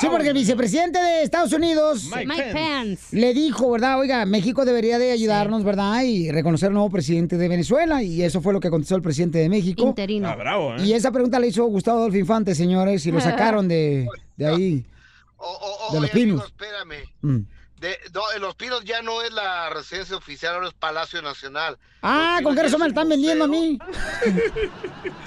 Sí, porque el vicepresidente de Estados Unidos Mike Mike Pence. le dijo, ¿verdad? Oiga, México debería de ayudarnos, ¿verdad? Y reconocer al nuevo presidente de Venezuela. Y eso fue lo que contestó el presidente de México. Interino. Ah, bravo, ¿eh? Y esa pregunta la hizo Gustavo Adolfo Infante, señores, y lo sacaron de, de ahí, de los pinos. Espérame. Mm. De, no, en Los Pinos ya no es la residencia oficial, ahora es Palacio Nacional. Ah, ¿con qué razón me la están vendiendo a mí?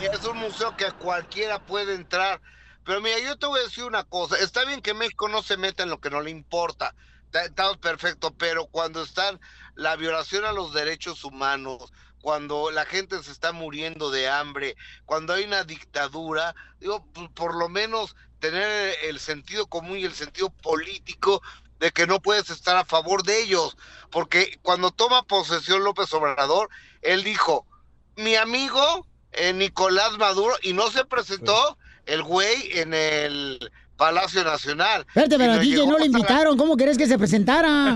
Es un museo que cualquiera puede entrar. Pero mira, yo te voy a decir una cosa. Está bien que México no se meta en lo que no le importa. ta- estamos perfectos, pero cuando están la violación a los derechos humanos, cuando la gente se está muriendo de hambre, cuando hay una dictadura, digo, p- por lo menos tener el sentido común y el sentido político de que no puedes estar a favor de ellos, porque cuando toma posesión López Obrador, él dijo, mi amigo eh, Nicolás Maduro, y no se presentó el güey en el Palacio Nacional. Espérate, pero sino a DJ llegó no le hasta la- invitaron. ¿Cómo querés que se presentara?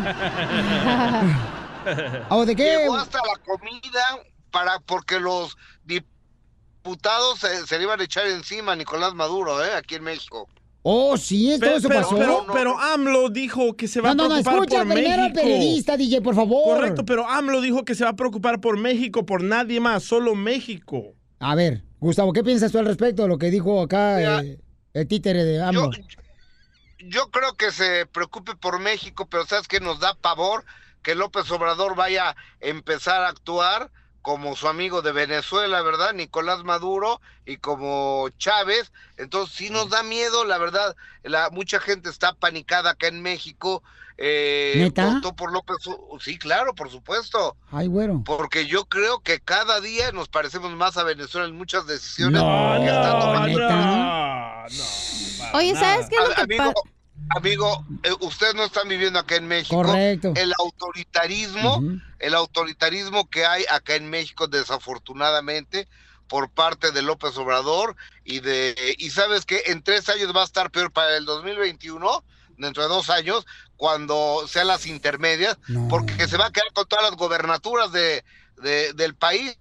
*laughs* ¿A o de qué? Llegó hasta la comida para porque los diputados se, se le iban a echar encima a Nicolás Maduro, ¿eh? Aquí en México. Oh, sí, todo Pero- eso pero- pasó. Pero, pero AMLO dijo que se va no, no, a no, preocupar escucha por primero al México. periodista, DJ, por favor. Correcto, pero AMLO dijo que se va a preocupar por México, por nadie más, solo México. A ver, Gustavo, ¿qué piensas tú al respecto de lo que dijo acá Mira, eh, el títere de AMLO? Yo creo que se preocupe por México, pero sabes que nos da pavor que López Obrador vaya a empezar a actuar como su amigo de Venezuela, ¿verdad? Nicolás Maduro y como Chávez. Entonces sí nos da miedo, la verdad. La, mucha gente está panicada acá en México. Eh, ¿Neta? Votó por López. O- Sí, claro, por supuesto. Ay, güero. Porque yo creo que cada día nos parecemos más a Venezuela en muchas decisiones. No, que está tomando no, Oye, ¿sabes qué es lo que pasa? Amigo, eh, ustedes no están viviendo acá en México. Correcto. El autoritarismo, el autoritarismo que hay acá en México, desafortunadamente, por parte de López Obrador y de y sabes que en tres años va a estar peor para el 2021 dentro de dos años cuando sean las intermedias porque se va a quedar con todas las gobernaturas de, de- del país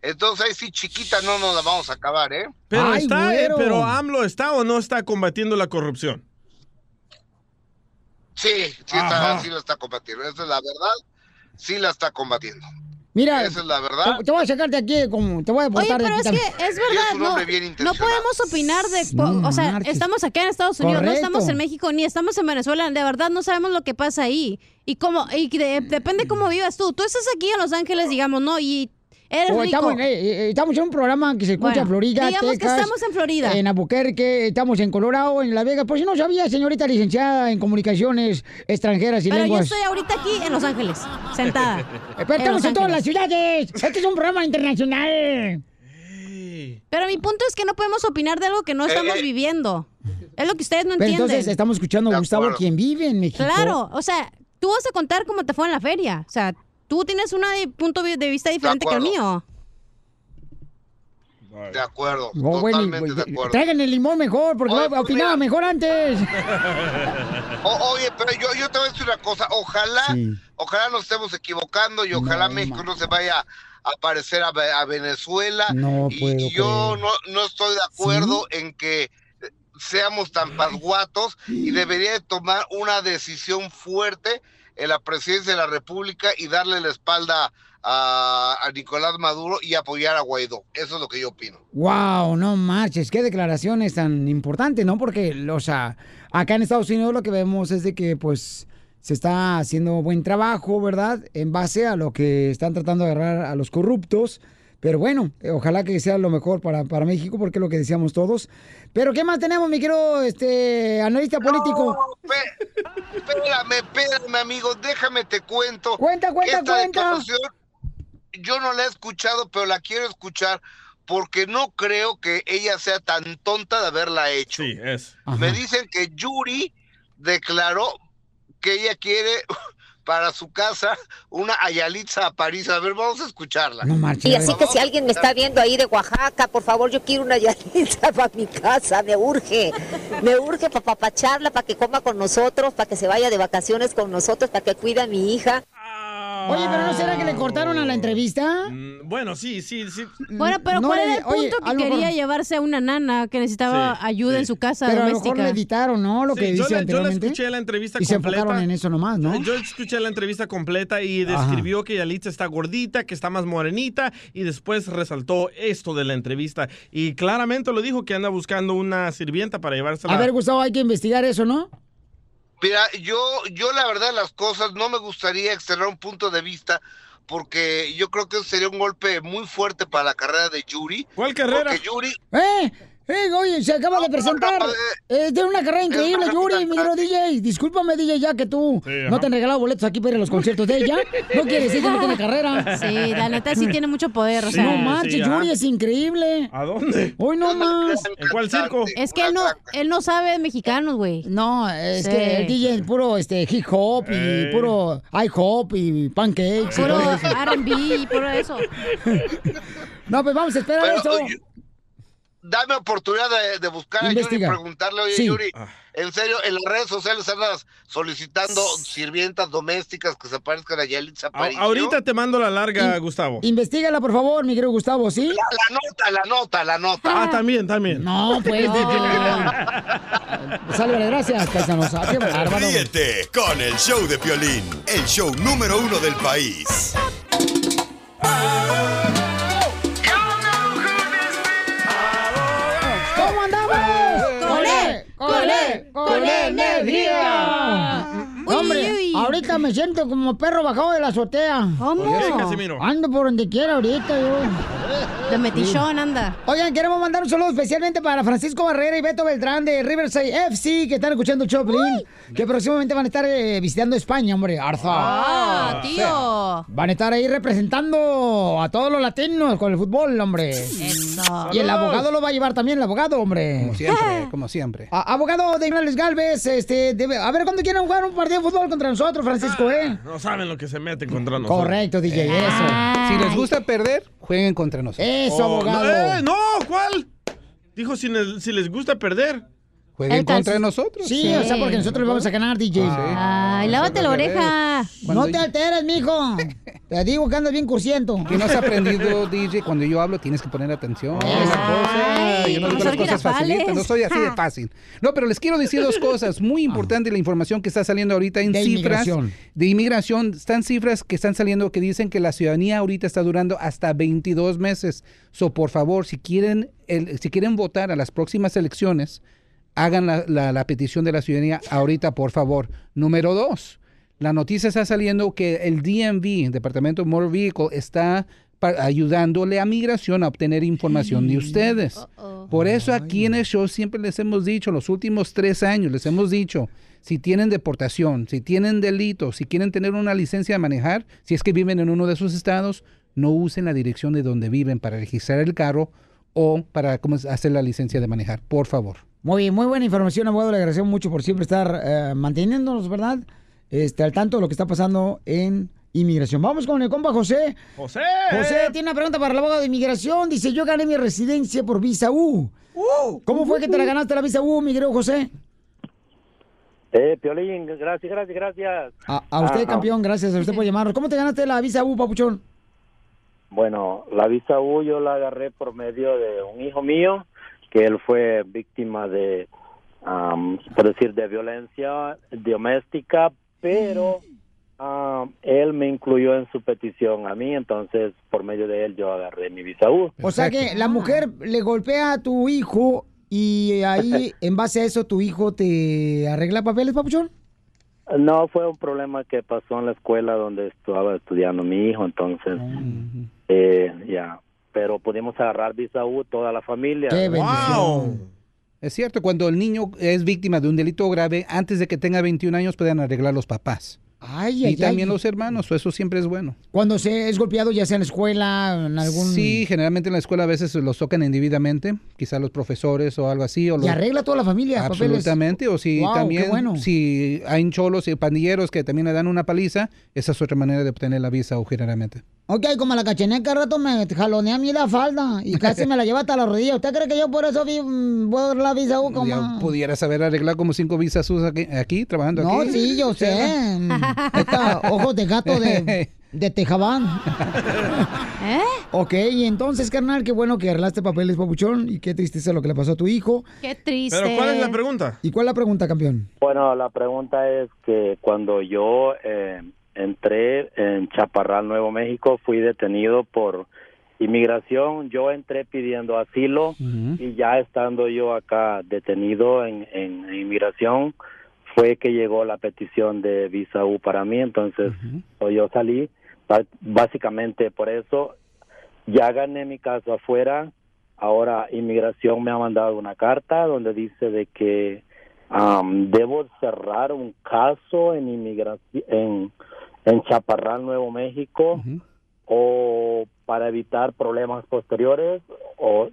entonces ahí sí chiquita no nos la vamos a acabar eh Pero está, eh, güero. pero AMLO está o no está combatiendo la corrupción. Sí, sí, está, sí la está combatiendo. Esa es la verdad. Sí la está combatiendo. Mira, Esa es la verdad. Te, te voy a sacarte aquí, como, te voy a Oye, botar de pero es aquí que también. es verdad, un no, hombre bien no podemos opinar de... po- o sea, estamos acá en Estados Unidos, no Correcto. estamos en México, ni estamos en Venezuela, de verdad no sabemos lo que pasa ahí. Y cómo, y de- depende cómo vivas tú. Tú estás aquí en Los Ángeles, digamos, ¿no? Y eres O rico. estamos, eh, eh, estamos en un programa que se escucha Bueno, en Florida, digamos que Texas, estamos en Florida. En Albuquerque, estamos en Colorado, en Las Vegas. Por si no sabía, señorita licenciada en comunicaciones extranjeras y Pero yo lenguas. estoy ahorita aquí en Los Ángeles, sentada. *laughs* Eh, pero en estamos Los en Ángeles. todas las ciudades. Este es un programa internacional. Pero mi punto es que no podemos opinar de algo que no estamos viviendo. Es lo que ustedes no Pero entienden. entonces estamos escuchando a Gustavo, quien vive en México. Claro, o sea, tú vas a contar cómo te fue en la feria. O sea, tú tienes un punto vi- de vista diferente que el mío. De acuerdo. Oh, güey, totalmente güey, de acuerdo. Traigan el limón mejor, porque Oye, va- opinaba mejor antes. O- oye, pero yo, yo te voy a decir una cosa. Ojalá, Sí. ojalá nos estemos equivocando y ojalá México no se vaya a parecer a, Ve- a Venezuela. *laughs* No y, puedo y yo creer. no, no estoy de acuerdo en que eh, seamos tan pasguatos y debería de tomar una decisión fuerte en la presidencia de la República y darle la espalda a, a Nicolás Maduro y apoyar a Guaidó. Eso es lo que yo opino. Wow, no marches, qué declaraciones tan importantes, ¿no? Porque, o sea, acá en Estados Unidos lo que vemos es de que, pues, se está haciendo buen trabajo, ¿verdad? En base a lo que están tratando de agarrar a los corruptos. Pero bueno, eh, ojalá que sea lo mejor para, para México, porque es lo que decíamos todos. Pero, ¿qué más tenemos, mi querido este, analista político? Espérame, espérame, amigo, déjame te cuento. Cuenta, cuenta, Esta cuenta. declaración, yo no la he escuchado, pero la quiero escuchar porque no creo que ella sea tan tonta de haberla hecho. Sí, es. Me dicen que Yuri declaró que ella quiere *laughs* para su casa una Ayalitza a París. A ver, vamos a escucharla. Y así que si alguien me está viendo ahí de Oaxaca, por favor, yo quiero una *laughs* yalitza para mi casa, me urge. Me urge para papacharla, para que coma con nosotros, para que se vaya de vacaciones con nosotros, para que cuida a mi hija. Oye, pero ¿no será que le cortaron a la entrevista? Bueno, sí, sí, sí. Bueno, pero No ¿cuál le- era el punto oye, a que lo mejor- quería llevarse a una nana que necesitaba Sí, ayuda sí. en su casa Pero a lo mejor doméstica? le editaron, ¿no? Lo Sí, que yo, dice la, yo la anteriormente. escuché la entrevista y se enfocaron completa. en eso nomás, ¿no? Yo escuché la entrevista completa y Ajá. describió que Yalitza está gordita, que está más morenita y después resaltó esto de la entrevista y claramente lo dijo que anda buscando una sirvienta para llevársela. A ver, Gustavo, hay que investigar eso, ¿no? Mira, yo, yo la verdad las cosas no me gustaría externar un punto de vista porque yo creo que sería un golpe muy fuerte para la carrera de Yuri. ¿Cuál carrera? Porque Yuri, ¿Eh? Eh, oye, se acaba de presentar. Eh, tiene una carrera increíble, Yuri, mi querido DJ. Discúlpame, DJ, ya que tú ajá. no te han regalado boletos aquí para ir a los conciertos de ella. No quiere decir que no tiene carrera. *laughs* Sí, la neta sí tiene mucho poder. O Sí, sea, no marches, yo Yuri es increíble. ¿A dónde? Hoy no más. ¿En cuál circo? Es que él no, él no sabe mexicanos, güey. No, Es que el DJ es puro este, hip hop y Eh. puro hip hop y pancakes. y *laughs* Puro todo eso. R&B y puro eso. No, pues vamos a esperar Pero, eso. oye, Dame oportunidad de, de buscar Investiga. a Yuri y preguntarle, oye, Sí. Yuri, Ah. en serio, en las redes sociales andas solicitando sirvientas domésticas que se parezcan a Yalitza A- Aparicio. ahorita te mando la larga, In- Gustavo. Investígala, por favor, mi querido Gustavo, ¿sí? La nota, la nota, la nota. Ah, también, también. No, pues. Salve, gracias, paisanos. Ah, Qué bárbaro. Ríete con el show de Piolín, el show número uno del país. ¿Cómo andamos? ¡Colé! ¡Colé! ¡Colé energía! No, Hombre, ahorita me siento como perro bajado de la azotea. ¿Por qué, Casimiro? Ando por donde quiera ahorita yo. De metichón, anda. Oigan, queremos mandar un saludo especialmente para Francisco Barrera y Beto Beltrán de Riverside FC que están escuchando Choplin, que próximamente van a estar eh, visitando España, hombre. Arza. Ah, O sea, tío. Van a estar ahí representando a todos los latinos con el fútbol, hombre. Eso. Y el abogado lo va a llevar también, el abogado, hombre. Como *laughs* Siempre, como siempre. *laughs* A- abogado de Ignales Galvez, este, debe- a ver cuándo quieren jugar un partido de fútbol contra nosotros, Francisco, Ah, ¿eh? No saben lo que se meten contra nosotros. Correcto, DJ, eso. Si les gusta perder, jueguen contra nosotros. Eso, Oh, No, eh, no, ¿cuál? Dijo si les, si les gusta perder. Jueguen Entonces- pues, contra nosotros. Ah, Sí, o sea, porque nosotros vamos a ganar, DJ. Ay, lávate la oreja. No te alteres, *laughs* mijo. Te digo que andas bien cursiento. ¿Qué no has aprendido, *laughs* DJ? Cuando yo hablo tienes que poner atención. Ay, yo no no digo soy las cosas Girafales. facilitas, no soy así de fácil. No, pero les quiero decir dos *laughs* cosas. Muy importante la información que está saliendo ahorita en Ah. De cifras. inmigración. De inmigración. Están cifras que están saliendo que dicen que la ciudadanía ahorita está durando hasta 22 meses. So, por favor, si quieren, el- si quieren votar a las próximas elecciones, hagan la, la- la petición de la ciudadanía ahorita, por favor. Número dos, la noticia está saliendo que el DMV, Departamento de Motor Vehicle, está pa- ayudándole a migración a obtener información de ustedes. Por eso aquí en el show siempre les hemos dicho, los últimos tres años les hemos dicho, si tienen deportación, si tienen delito, si quieren tener una licencia de manejar, si es que viven en uno de esos estados, no usen la dirección de donde viven para registrar el carro o para ¿cómo es? hacer la licencia de manejar, por favor. Muy bien, muy buena información, abogado. Le agradecemos mucho por siempre estar eh, manteniéndonos, ¿verdad? Este, al tanto de lo que está pasando en inmigración. Vamos con el compa José. José. ¡Eh! José tiene una pregunta para el abogado de inmigración. Dice, yo gané mi residencia por visa U. ¡Uh! ¿Cómo fue que Uh-huh. te la ganaste la visa U, mi querido José? Eh, Piolín, gracias, gracias, gracias. A, a usted, Ah, campeón, gracias a usted *laughs* por llamarnos. ¿Cómo te ganaste la visa U, papuchón? Bueno, la visa U yo la agarré por medio de un hijo mío, que él fue víctima de, am, por decir, de violencia doméstica, pero am, él me incluyó en su petición a mí, entonces por medio de él yo agarré mi visa U. O sea que la mujer Ah. le golpea a tu hijo y *laughs* ahí, en base a eso, tu hijo te arregla papeles, papuchón. No, fue un problema que pasó en la escuela donde estaba estudiando mi hijo, entonces, Mm. eh, ya. Pero pudimos agarrar visa U toda la familia. Es cierto, cuando el niño es víctima de un delito grave, antes de que tenga 21 años pueden arreglar los papás. Ay, y ay, también ay. los hermanos, eso siempre es bueno. Cuando se es golpeado, ya sea en la escuela, en algún... Sí, generalmente en la escuela a veces los tocan individuamente, quizás los profesores o algo así. O los- Y arregla toda la familia, papeles. Absolutamente, o si Wow, qué también, bueno. si hay cholos y pandilleros que también le dan una paliza, esa es otra manera de obtener la visa o generalmente. Ok, como la cacheneca al rato me jalonea a mí la falda y casi me la lleva hasta la rodilla. ¿Usted cree que yo por eso vi- mm, voy a dar la visa U como... Ya pudieras haber arreglado como cinco visas sus aquí, aquí, trabajando No, aquí. sí, *laughs* *laughs* yo sé. Mm, Esta, ojos de gato de, de Tejabán. ¿Eh? Ok, y entonces, carnal, qué bueno que arreglaste papeles, papuchón, y qué tristeza lo que le pasó a tu hijo. Qué triste. pregunta? ¿Y cuál es la pregunta, campeón? Bueno, la pregunta es que cuando yo eh, entré en Chaparral, Nuevo México, fui detenido por inmigración. Yo entré pidiendo asilo y ya estando yo acá detenido en, en- en inmigración, fue que llegó la petición de visa U para mí. Entonces, pues yo salí Ba- básicamente por eso. Ya gané mi caso afuera. Ah, Ahora, inmigración me ha mandado una carta donde dice de que am, debo cerrar un caso en inmigración, en, en Chaparral, Nuevo México, o para evitar problemas posteriores, o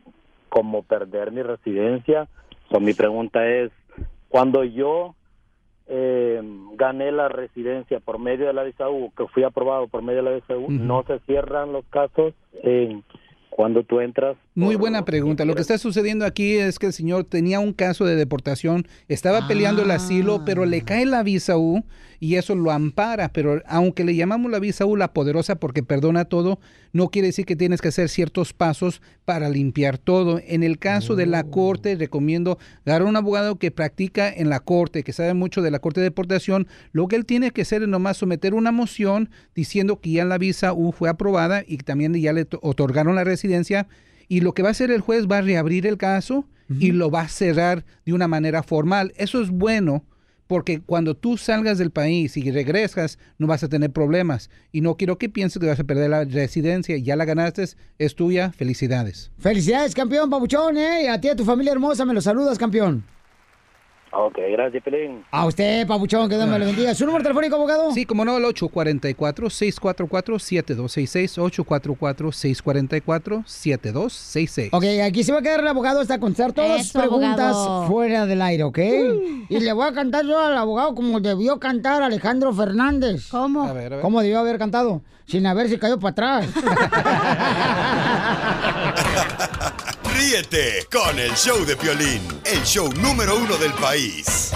como perder mi residencia. So, mi pregunta es, cuando yo eh, gané la residencia por medio de la visa U, que fui aprobado por medio de la visa U, Ujú. no se cierran los casos en cuando tú entras *laughs* Muy buena pregunta. Lo que está sucediendo aquí es que el señor tenía un caso de deportación, Ah. estaba peleando el asilo, pero le cae la visa U y eso lo ampara. Pero aunque le llamamos la visa U la poderosa porque perdona todo, no quiere decir que tienes que hacer ciertos pasos para limpiar todo. En el caso de la corte, recomiendo agarrar un abogado que practica en la corte, que sabe mucho de la corte de deportación. Lo que él tiene que hacer es nomás someter una moción diciendo que ya la visa U fue aprobada y que también ya le to- otorgaron la residencia. Y lo que va a hacer el juez va a reabrir el caso y lo va a cerrar de una manera formal. Eso es bueno porque cuando tú salgas del país y regresas no vas a tener problemas. Y no quiero que pienses que vas a perder la residencia. Ya la ganaste, es tuya, felicidades. Felicidades, campeón, papuchón, ¿eh? Y A ti, a tu familia hermosa, me los saludas, campeón. Ok, gracias, Pelín. A usted, papuchón, que Dios me lo bendiga. ¿Su número telefónico, abogado? Sí, como no, el 844-644-7266, 844-644-7266. Ok, aquí se va a quedar el abogado hasta contestar todas sus Eso, preguntas abogado. fuera del aire, ¿ok? Y le voy a cantar yo al abogado como debió cantar Alejandro Fernández. ¿Cómo? A ver, a ver. ¿Cómo debió haber cantado? Sin haberse caído para atrás. Ríete con el show de Piolín, el show número uno del país.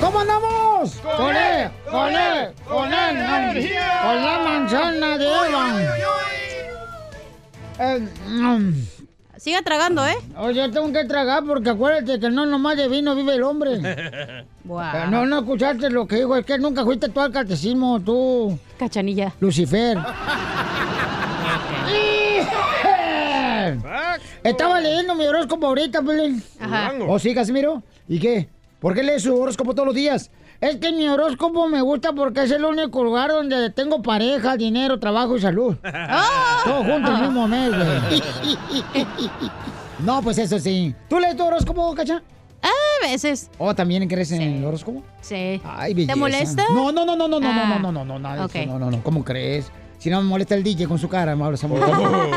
¿Cómo andamos? Con él, con él, con él, energía. con la manzana de Eva. Eh, mm. Siga tragando, ¿eh? Oye, tengo que tragar porque acuérdate que no nomás de vino vive el hombre. *laughs* *laughs* Eh, No, no escuchaste lo que digo, es que nunca fuiste tú al catecismo, tú. Cachanilla. Lucifer. Estaba leyendo mi horóscopo ahorita, Pelín. Ajá. ¿O sí, Casimiro? ¿Y qué? ¿Por qué lees su horóscopo todos los días? Es que mi horóscopo me gusta porque es el único lugar donde tengo pareja, dinero, trabajo *laughs* y salud. ¡Oh! Todo junto el mismo mes, güey. No, pues eso sí. ¿Tú lees tu horóscopo, Cacha? Ah, A veces. ¿O también crees en el horóscopo? Sí. Ay, belleza. ¿Te molesta? No, no, no, no, no, no, no, Ah, no, no, no, nada de eso, ok. no, no, no. ¿Cómo crees? Si no me molesta el DJ con su cara, me hablas amor. Oh.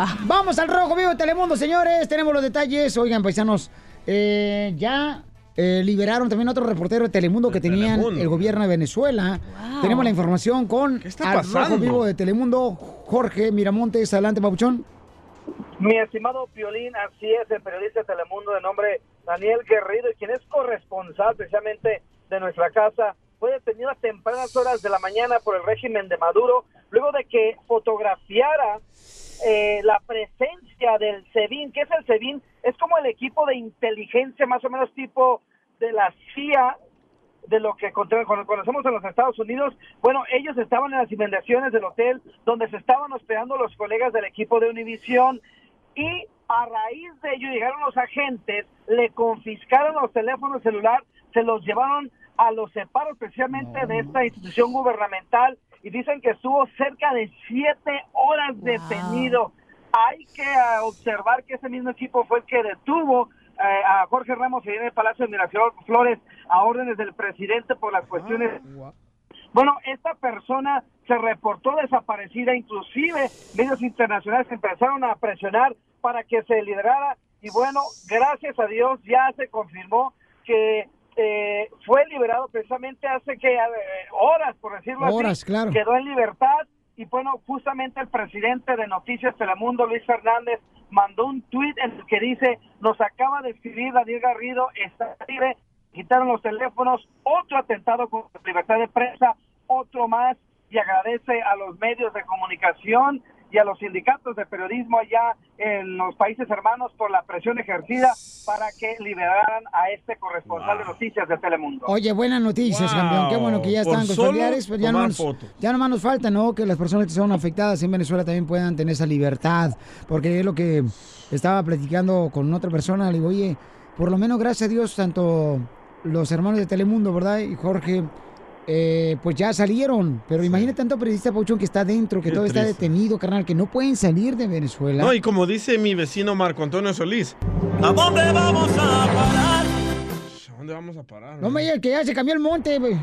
*laughs* Vamos al rojo vivo de Telemundo, señores. Tenemos los detalles. Oigan, paisanos, eh, ya eh, liberaron también otro reportero de Telemundo que tenían Telemundo. el gobierno de Venezuela. Tenemos la información con está al pasando? rojo vivo de Telemundo, Jorge Miramontes. Adelante, Papuchón. Mi estimado Piolín, así es, el periodista de Telemundo de nombre Daniel Guerrido, quien es corresponsal precisamente de nuestra casa, fue detenido a tempranas horas de la mañana por el régimen de Maduro, luego de que fotografiara eh, la presencia del SEBIN. ¿Qué es el SEBIN? Es como el equipo de inteligencia, más o menos tipo de la CIA de lo que contra- cuando conocemos en los Estados Unidos. Bueno, ellos estaban en las inmediaciones del hotel donde se estaban hospedando los colegas del equipo de Univisión y a raíz de ello llegaron los agentes, le confiscaron los teléfonos celular, se los llevaron a los separos precisamente de esta institución gubernamental y dicen que estuvo cerca de siete horas detenido. Hay que ah, observar que ese mismo equipo fue el que detuvo eh, a Jorge Ramos ahí en el Palacio de Miraflores Flores a órdenes del presidente por las cuestiones bueno, esta persona se reportó desaparecida, inclusive medios internacionales empezaron a presionar para que se liberara y bueno, gracias a Dios ya se confirmó que eh, fue liberado precisamente hace que eh, horas, por decirlo Horas, así, claro. quedó en libertad y bueno, justamente el presidente de Noticias Telemundo, Luis Fernández, mandó un tuit en el que dice, nos acaba de escribir Daniel Garrido, está libre, quitaron los teléfonos, otro atentado contra la libertad de prensa, otro más, y agradece a los medios de comunicación y a los sindicatos de periodismo allá en los países hermanos por la presión ejercida para que liberaran a este corresponsal de noticias de Telemundo. Oye, buenas noticias, Wow. campeón. Qué bueno que ya Por están con solo familiares. Pues ya, tomar nomás, fotos. ya nomás nos falta, ¿no? Que las personas que son afectadas en Venezuela también puedan tener esa libertad. Porque es lo que estaba platicando con otra persona. Le digo, oye, por lo menos gracias a Dios, tanto los hermanos de Telemundo, ¿verdad? Y Jorge, eh, pues ya salieron. Pero imagínate tanto periodista Pauchón que está dentro, que Qué todo está triste. detenido, carnal, que no pueden salir de Venezuela. No, y como dice mi vecino Marco Antonio Solís, ¿A dónde vamos a parar? ¿a dónde vamos a parar? No me digas que ya se cambió el monte, güey.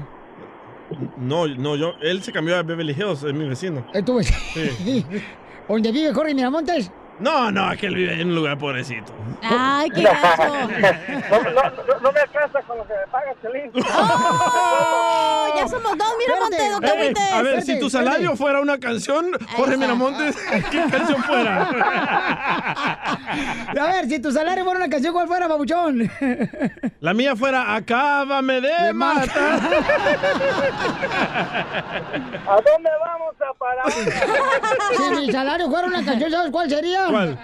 No, no, yo, él se cambió a Beverly Hills, es mi vecino. Eh, tú, güey. *laughs* ¿Dónde vive Jorge Miramontes? No, no, aquel vive en un lugar pobrecito. Ay, qué *laughs* no, no, no, no me alcanza con lo que me pagas, *laughs* Pelín. ¡Oh! Ya somos dos, mira, Montego, Eh, qué agüites. a ver, si tu salario fuera una canción, Jorge Miramontes, *laughs* ¿qué canción fuera? A ver, si tu salario fuera una canción, ¿cuál fuera, babuchón? La mía fuera, acábame de, matar. *laughs* ¿A dónde vamos a parar? si mi salario fuera una canción, ¿sabes cuál sería? ¿Cuál?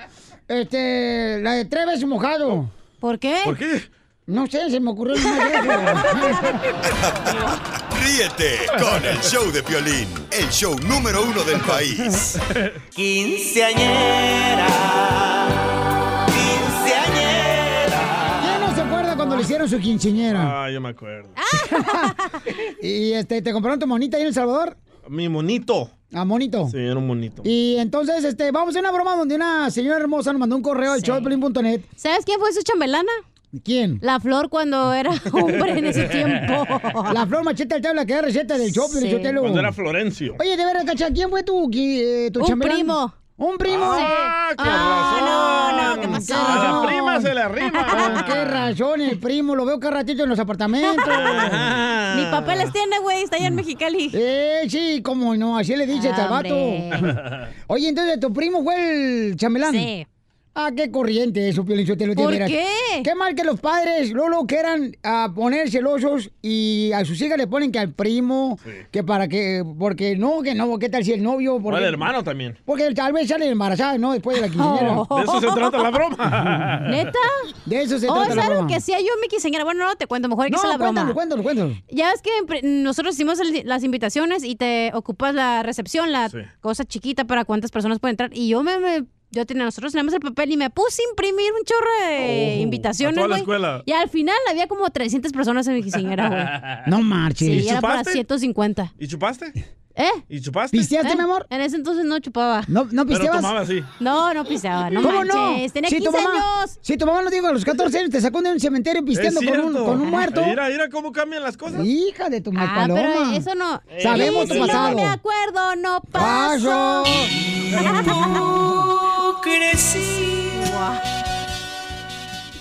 Este, la de tres veces mojado. ¿Por qué? ¿Por qué? No sé, se me ocurrió una *laughs* vez. Ríete con el show de Piolín, el show número uno del país. *laughs* ¿Quién no se acuerda cuando le hicieron su quinceñera? Ah, yo me acuerdo. *laughs* y este, ¿te compraron tu monita ahí en El Salvador? Mi monito. Ah, monito. Sí, era un monito. Y entonces, este, vamos a una broma donde una señora hermosa nos mandó un correo al showdepiolín.net. ¿Sabes quién fue su chambelana? ¿Quién? La flor cuando era hombre en *laughs* ese tiempo. La flor macheta del tabla que da receta del show, Piolín Sí. Sotelo. Cuando era Florencio. Oye, de veras, Cacha, ¿quién fue tu, qui- eh, tu Un chambelán? primo. ¿Un primo? Ah, con Ah, no, no, ¿qué pasó? A la prima se le arrima. Ah, qué razón, el primo, lo veo cada ratito en los *laughs* apartamentos. Mm. Ni papeles tiene, güey, está allá en Mexicali. Ah, Eh, sí, cómo no, así le dice al vato. *laughs* Oye, entonces, ¿tu primo fue el chambelán? Sí. Ah, qué corriente eso, Piolín Sotelo. de ¿Por veras. qué? Qué mal que los padres, Lolo, quieran a poner celosos y a sus hijas le ponen que al primo, que para que, porque no, que no, ¿qué tal si el novio? O Porque, el hermano también. Porque tal vez salen embarazadas, ¿no? Después de la *laughs* quinceañera. Oh. De eso se trata la broma. ¿Neta? *laughs* De eso se Oh, trata es la algo broma. que hacía yo en mi quinceañera. Bueno, no te cuento, mejor que No, sea la broma. cuéntalo, cuéntalo, cuéntalo. Ya es que pre- nosotros hicimos el- las invitaciones y te ocupas la recepción, la cosa chiquita para cuántas personas pueden entrar. Y yo me, me- yo tenía, nosotros teníamos el papel y me puse a imprimir un chorro de Oh, invitaciones. a toda la güey. escuela. Y al final había como 300 personas en mi quinceañera, güey. *laughs* No marches. Sí, era para 150. ¿Y chupaste? ¿Eh? ¿Y chupaste? ¿Eh? En ese entonces no chupaba. ¿No, no Pero pisteabas? tomaba, sí. No, no pisteaba. Ah, No ¿Cómo manches. no? Tenía Si 15 tu mamá- años. Si tu mamá no digo a los 14 años te sacó de un cementerio pisteando Es con un, cierto. Ah, con un muerto. Mira, mira cómo cambian las cosas. Hija de tu Ah, macaloma. pero eso no. Eh, Sabemos tu Y si pasado. No me acuerdo, no Paso. paso.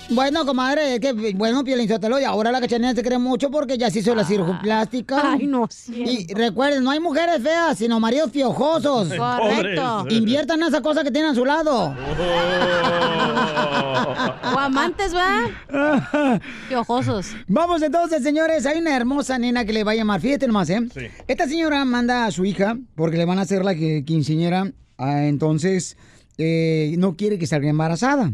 Bueno, comadre, es que bueno, Piolín Sotelo, y ahora la cachanilla se cree mucho porque ya se hizo la circunplástica. Ah. Ay, no, Y recuerden, no hay mujeres feas, sino maridos piojosos. Correcto. *laughs* Pobres. Oh. Inviertan en esa cosa que tienen a su *laughs* lado. O amantes, *laughs* ¿va? Qué ojosos. Vamos entonces, señores. Hay una hermosa nena que le va a llamar. Fíjate nomás, ¿eh? Sí. Esta señora manda a su hija porque le van a hacer la que- quinceañera. ah, entonces, eh, no quiere que salga embarazada.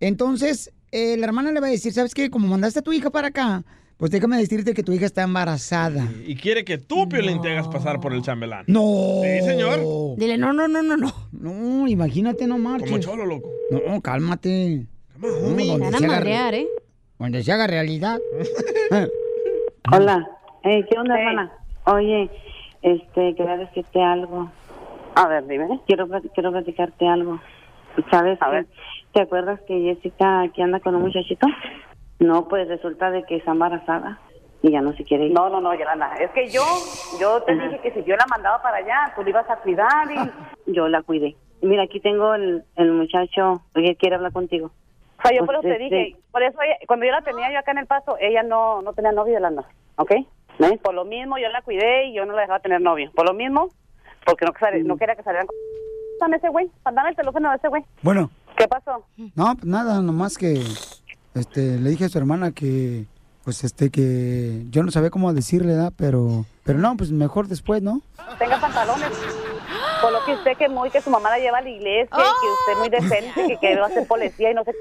Entonces, eh, la hermana le va a decir, ¿sabes qué? Como mandaste a tu hija para acá, pues déjame decirte que tu hija está embarazada. Y quiere que tú, Piolín, te hagas pasar por el chambelán. No. Sí, señor. Dile, no, no, no, no, no. No, imagínate, no marches. Como cholo, loco. No, cálmate. No, homie. donde Te van a se haga- madrear, *laughs* ¿eh? Donde se haga *laughs* realidad. Eh, Hola. Hey, Eh, ¿Qué onda, hermana? Oye, este, quería decirte algo. A ver, dime. Quiero, plat- quiero platicarte algo. ¿Sabes? A ver. ¿Te acuerdas que Jessica aquí anda con un muchachito? No, pues resulta de que está embarazada y ya no se quiere ir. No, no, no, Yolanda. Es que yo, yo te dije que si yo la mandaba para allá, tú la ibas a cuidar y... Yo la cuidé. Mira, aquí tengo el, el muchacho. Oye, quiere hablar contigo. O sea, yo por eso Pues, te dije, este, por eso ella- cuando yo la tenía yo acá en El Paso, ella no, no tenía novio, Yolanda, ¿ok? ¿Ves? Por lo mismo yo la cuidé y yo no la dejaba tener novio. Por lo mismo, porque no, que sal- no quería que salieran con... Dame ese güey, mandame el teléfono de ese güey. Bueno, ¿Qué pasó? No, pues nada, nomás que este, le dije a su hermana que, pues este, que yo no sabía cómo decirle, ¿verdad? Pero, pero no, pues mejor después, ¿no? Tenga pantalones. Coloque usted que muy, que su mamá la lleva a la iglesia y que usted muy decente, que, que va a ser policía y no sé...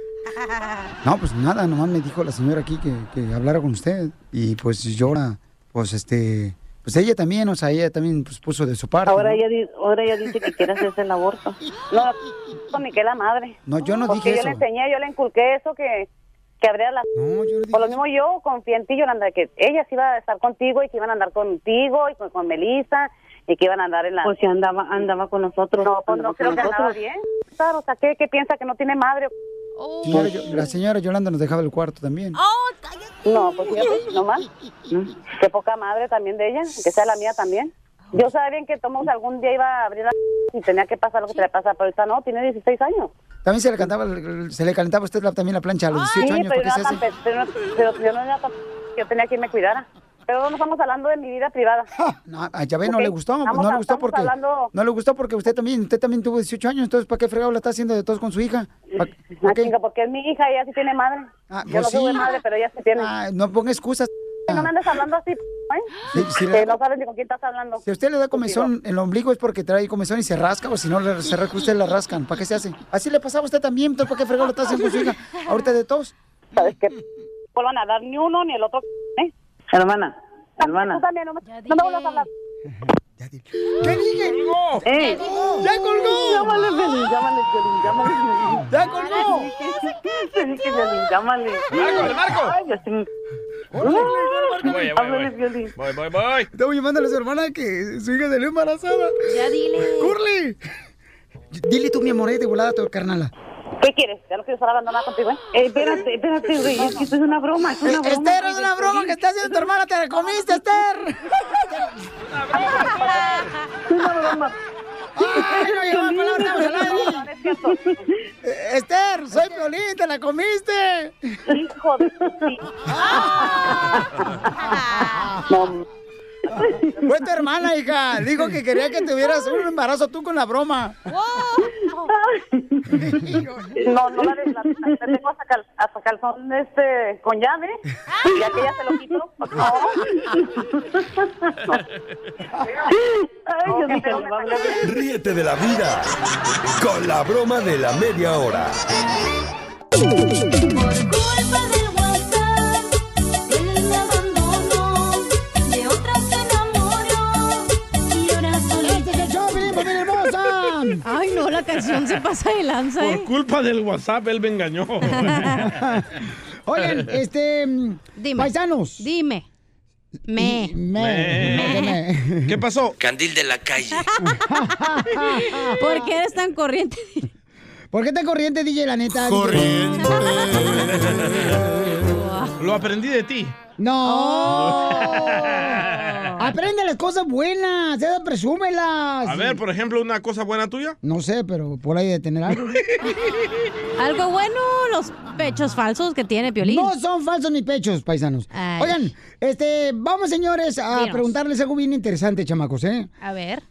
No, pues nada, nomás me dijo la señora aquí que, que hablara con usted. Y pues llora, pues este, pues ella también, o sea, ella también pues puso de su parte. Ahora ¿no? ella, di- ahora ella dice que quiere hacerse el aborto. No, con ni que la madre. No, yo no Porque dije yo eso. le enseñé, yo le inculqué eso que que abriera la... Por lo mismo yo confié en ti, Yolanda, que ellas iban a estar contigo y que iban a andar contigo y con, con Melissa y que iban a andar en la... Pues si andaba, andaba con nosotros. No, pues no creo que andaba bien. Claro, o sea, ¿qué, qué piensa que no tiene madre? Señora Yo- la señora Yolanda nos dejaba el cuarto también. No, pues fíjate, nomás. Qué poca madre también de ella, que sea la mía también. Yo sabía bien que Tomás algún día iba a abrir la... y tenía que pasar lo que te le pasa, pero esta no, tiene 16 años. También se le, cantaba, se le calentaba a usted la- también la plancha a los 18 años. pero, ¿por yo qué se no era hace? tan pe- pero no- pero yo no era tan pe- que yo tenía que me cuidara. Pero no estamos hablando de mi vida privada. Ah, No, a Yabé no Ok, le gustó, pues, estamos no le a- gustó estamos porque hablando- no le gustó porque usted también, usted también tuvo 18 años, entonces ¿para qué fregado la está haciendo de todos con su hija? Pa- Ah, chinga, porque es mi hija, ella sí tiene madre. yo pues no tuve sí. madre, pero ella sí tiene. Ah, no ponga excusas. No me andes hablando así, ¿eh? Sí, sí, que la- no sabes ni con quién estás hablando. Si a usted le da comezón en el ombligo es porque trae comezón y se rasca, o si no, le- se rasca, usted la rascan. ¿Para qué se hace? Así le pasaba a usted también, entonces ¿para qué fregado la está haciendo con su hija? Ahorita de todos. ¿Sabes qué? No vuelvan a dar ni uno ni el otro, ¿eh? Hermana, Tú también, no me, no me vuelvas a hablar. ¿Qué dije? ¡Eh! ¡Ya colgó! Llámale, Piolín, llámale, Piolín, llámale. ¡Ya colgó! Piolín, llámale. Marco, le marco. Ay, yo estoy- Voy, voy, Háblale, Piolín. voy, voy, voy. Estamos llamando a su hermana que su hija salió embarazada. Ya dile. ¡Curly! Dile tú, mi amor, ahí de volada a tu carnala. ¿Qué quieres? Ya no quiero estar hablando nada contigo, ¿eh? Eh, espérate, espérate, güey. Es que esto es una broma. Es una broma. Esther, es Eh, una broma que está haciendo tu hermana. ¡Te la comiste, Esther! Es una broma. ¡Ay, no llegó la palabra, estamos al aire! Eh, Esther, soy Piolín, te la comiste. Hijo de Fue tu hermana, hija. Dijo que quería que tuvieras un embarazo tú con la broma. No, no la, des- la, la- la tengo hasta, cal- hasta calzón este, con llave. Ya que ella se lo quitó. No. Ay, yo dije, le va a hablar. Ríete de la vida con la broma de la media hora. ¡Este es el show, Piolín, familia hermosa! Ay, no, la canción se pasa de lanza, Por ¿eh? culpa del WhatsApp, él me engañó. *laughs* *laughs* Oigan, este. mm, Paisanos. Dime. Me. Me. Eh, ¿Qué pasó? Candil de la calle. ¿Por qué eres tan corriente? ¿Por qué tan corriente, DJ, la neta? Lo aprendí de ti. No. Oh, Aprende las cosas buenas, ya presúmelas. A ver, por ejemplo, una cosa buena tuya. No sé, pero por ahí de tener *laughs* algo. Algo bueno, los pechos falsos que tiene Piolín. No son falsos ni pechos, paisanos. Ay. Oigan, este, vamos señores a Dinos. preguntarles algo bien interesante, chamacos, ¿eh? A ver.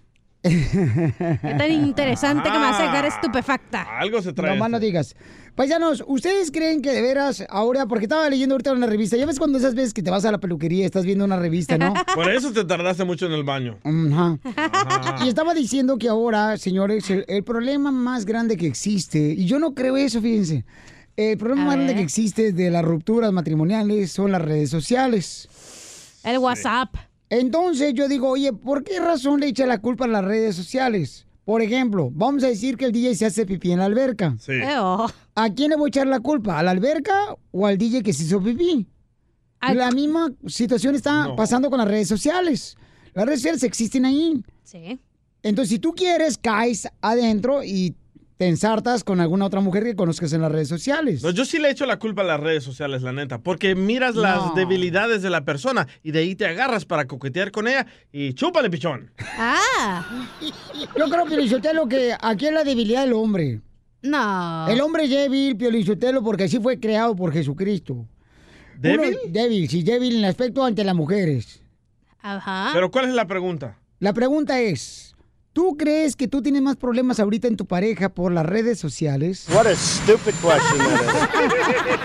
Qué tan interesante que me vas a dejar *laughs* estupefacta. Algo se trae. No más no digas. Paisanos, ¿ustedes creen que de veras ahora, porque estaba leyendo ahorita una revista, ya ves cuando esas veces que te vas a la peluquería, estás viendo una revista, ¿no? *laughs* Mm. Por eso te tardaste mucho en el baño. Ajá. Y estaba diciendo que ahora, señores, el, el problema más grande que existe, y yo no creo eso, fíjense, el problema A más grande ver. que existe de las rupturas matrimoniales son las redes sociales. El WhatsApp. Entonces yo digo, oye, ¿por qué razón le echa la culpa a las redes sociales? Por ejemplo, vamos a decir que el DJ se hace pipí en la alberca. Sí. Eo. ¿A quién le voy a echar la culpa? ¿A la alberca o al DJ que se hizo pipí? La misma situación está No. pasando con las redes sociales. Las redes sociales existen ahí. Sí. Entonces, si tú quieres, caes adentro y te ensartas con alguna otra mujer que conozcas en las redes sociales. No, yo sí le echo la culpa a las redes sociales, la neta, porque miras las No. debilidades de la persona y de ahí te agarras para coquetear con ella y chúpale, pichón. Ah. Yo creo, Piolichotelo, que aquí es la debilidad del hombre. No. El hombre es débil, Piolichotelo, porque así fue creado por Jesucristo. ¿Débil? Uno- débil, sí, débil en aspecto ante las mujeres. Ajá. Pero ¿cuál es la pregunta? La pregunta es, ¿tú crees que tú tienes más problemas ahorita en tu pareja por las redes sociales? What a stupid question that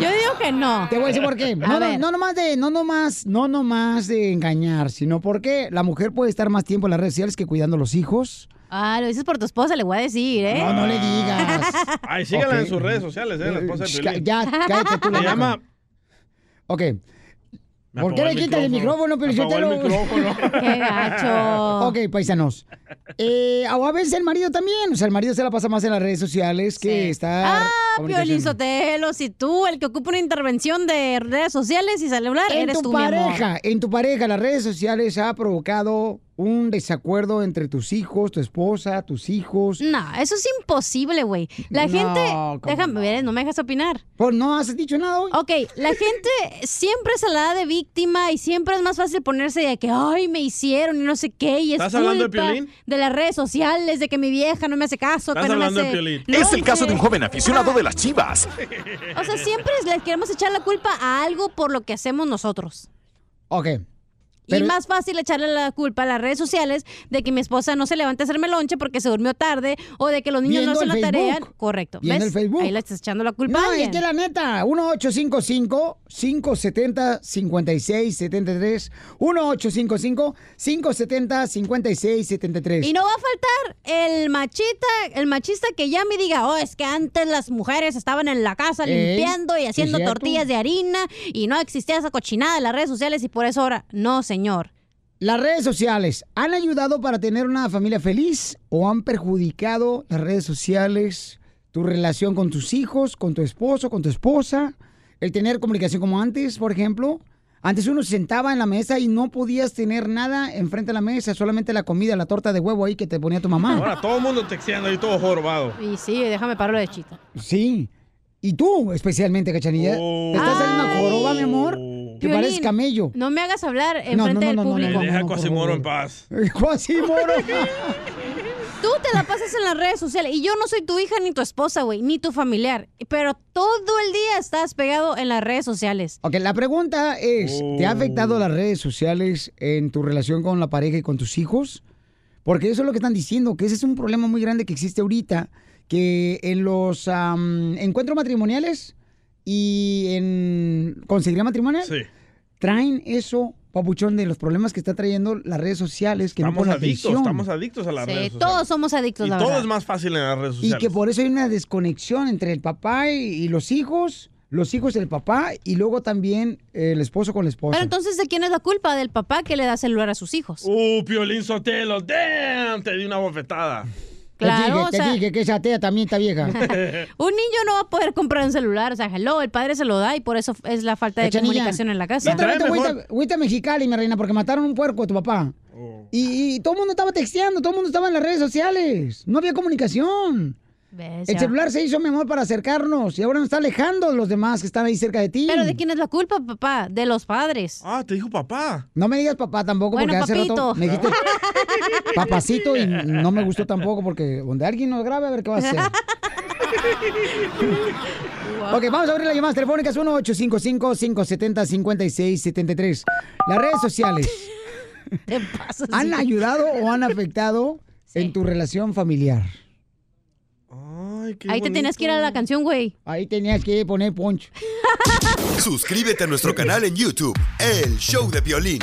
Yo digo que no. Te voy a decir por qué. A No, no, ver. no nomás de, no nomás, no nomás de engañar, sino porque la mujer puede estar más tiempo en las redes sociales que cuidando a los hijos. Ah, lo dices por tu esposa, le voy a decir, ¿eh? No, no le digas. Ay, síganla Ok. en sus redes sociales, ¿eh? La esposa de Sh, Piolín. Ya, cállate tú. la Se boca. llama... Ok. ¿Por apagó qué le el quitas el micrófono, micrófono. Piolín? *laughs* Apagó el Sotelo? micrófono. Qué gacho. Ok, paisanos. Eh, o a veces el marido también. O sea, el marido se la pasa más en las redes sociales que está. Ah, Piolín Sotelo, si tú, el que ocupa una intervención de redes sociales y celular, En eres tu tú, mi pareja, amor. en tu pareja, las redes sociales ha provocado un desacuerdo entre tus hijos, tu esposa, tus hijos. No, eso es imposible, güey. La No, ¿cómo gente. Déjame, ver, no me dejas opinar. Pues no has dicho nada hoy. Ok, la gente siempre se la da de víctima y siempre es más fácil ponerse de que, ay, me hicieron y no sé qué. Y es ¿Estás hablando de culpa Piolín? de las redes sociales, de que mi vieja no me hace caso. que no me hace... No, Es el caso de un güey. joven aficionado de las chivas. O sea, siempre les queremos echar la culpa a algo por lo que hacemos nosotros. Ok. y Pero- más fácil echarle la culpa a las redes sociales de que mi esposa no se levanta a hacerme lonche porque se durmió tarde o de que los niños Viendo no se el lo Facebook. tarean. Correcto. Viendo ¿Ves? el Facebook. Ahí le estás echando la culpa a No, es alguien. que la neta, 1855-570-5673. 1855-570-5673. Y no va a faltar el machita, el machista que ya me diga, oh, es que antes las mujeres estaban en la casa Ey, limpiando y sí es haciendo cierto. tortillas de harina y no existía esa cochinada en las redes sociales y por eso ahora, no, señor. ¿Las redes sociales han ayudado para tener una familia feliz o han perjudicado las redes sociales, tu relación con tus hijos, con tu esposo, con tu esposa? El tener comunicación como antes, por ejemplo. Antes uno se sentaba en la mesa y no podías tener nada enfrente de la mesa, solamente la comida, la torta de huevo ahí que te ponía tu mamá. Ahora todo el mundo texteando ahí todo jorobado. *laughs* Y sí, déjame pararlo de chita. Sí. Y tú, especialmente, cachanilla. Oh. Te estás saliendo una joroba, mi amor. Que Piolín, pareces camello. No me hagas hablar en No, no, frente no, del no, no, público. no, no, Deja a por Cuasimoro en paz. *laughs* ¡Cuasimoro! Tú te la pasas en las redes sociales y yo no soy tu hija ni tu esposa, güey, ni tu familiar. Pero todo el día estás pegado en las redes sociales. Ok, la pregunta es, ¿te ha Oh. afectado las redes sociales en tu relación con la pareja y con tus hijos? Porque eso es lo que están diciendo, que ese es un problema muy grande que existe ahorita, que en los am, encuentros matrimoniales y en conseguir matrimonial, traen eso, papuchón, de los problemas que está trayendo las redes sociales, que no Estamos ponen adictos, atención. estamos adictos a las Sí, redes sociales. todos somos adictos, Y la todo verdad. es más fácil en las redes Y sociales. que por eso hay una desconexión entre el papá y, y los hijos, los hijos del papá y luego también el esposo con la esposa. Pero entonces, ¿de quién es la culpa? Del papá que le da celular a sus hijos. Uh, Piolín Sotelo, damn, te di una bofetada. *laughs* Te dije, Claro, o te sea- dije que esa atea también está *laughs* vieja. Un niño no va a poder comprar un celular, o sea, hello, el padre se lo da y por eso es la falta de Cachanilla. comunicación en la La casa. otra vez te fuiste a- fuiste a Mexicali, mi reina, porque mataron un puerco a tu papá. Y, y todo el mundo estaba texteando, todo el mundo estaba en las redes sociales. No había comunicación. ¿Ves? El Ya. celular se hizo, mi amor, para acercarnos. Y ahora nos está alejando de los demás que están ahí cerca de ti. Pero ¿de quién es la culpa, papá? De los padres. Ah, te dijo papá. No me digas papá tampoco, Bueno, porque hace papito. rato me *laughs* dijiste papacito y no me gustó tampoco, porque donde alguien nos grabe, a ver qué va a *laughs* hacer. Ok, vamos a abrir las llamadas telefónicas 1-855-570-5673. Las *laughs* redes sociales. ¿Han ayudado o han afectado en tu relación familiar? Ahí te tenías que ir a la canción, güey. Ahí tenías que poner poncho. Suscríbete a nuestro canal en YouTube, El Show de Violín.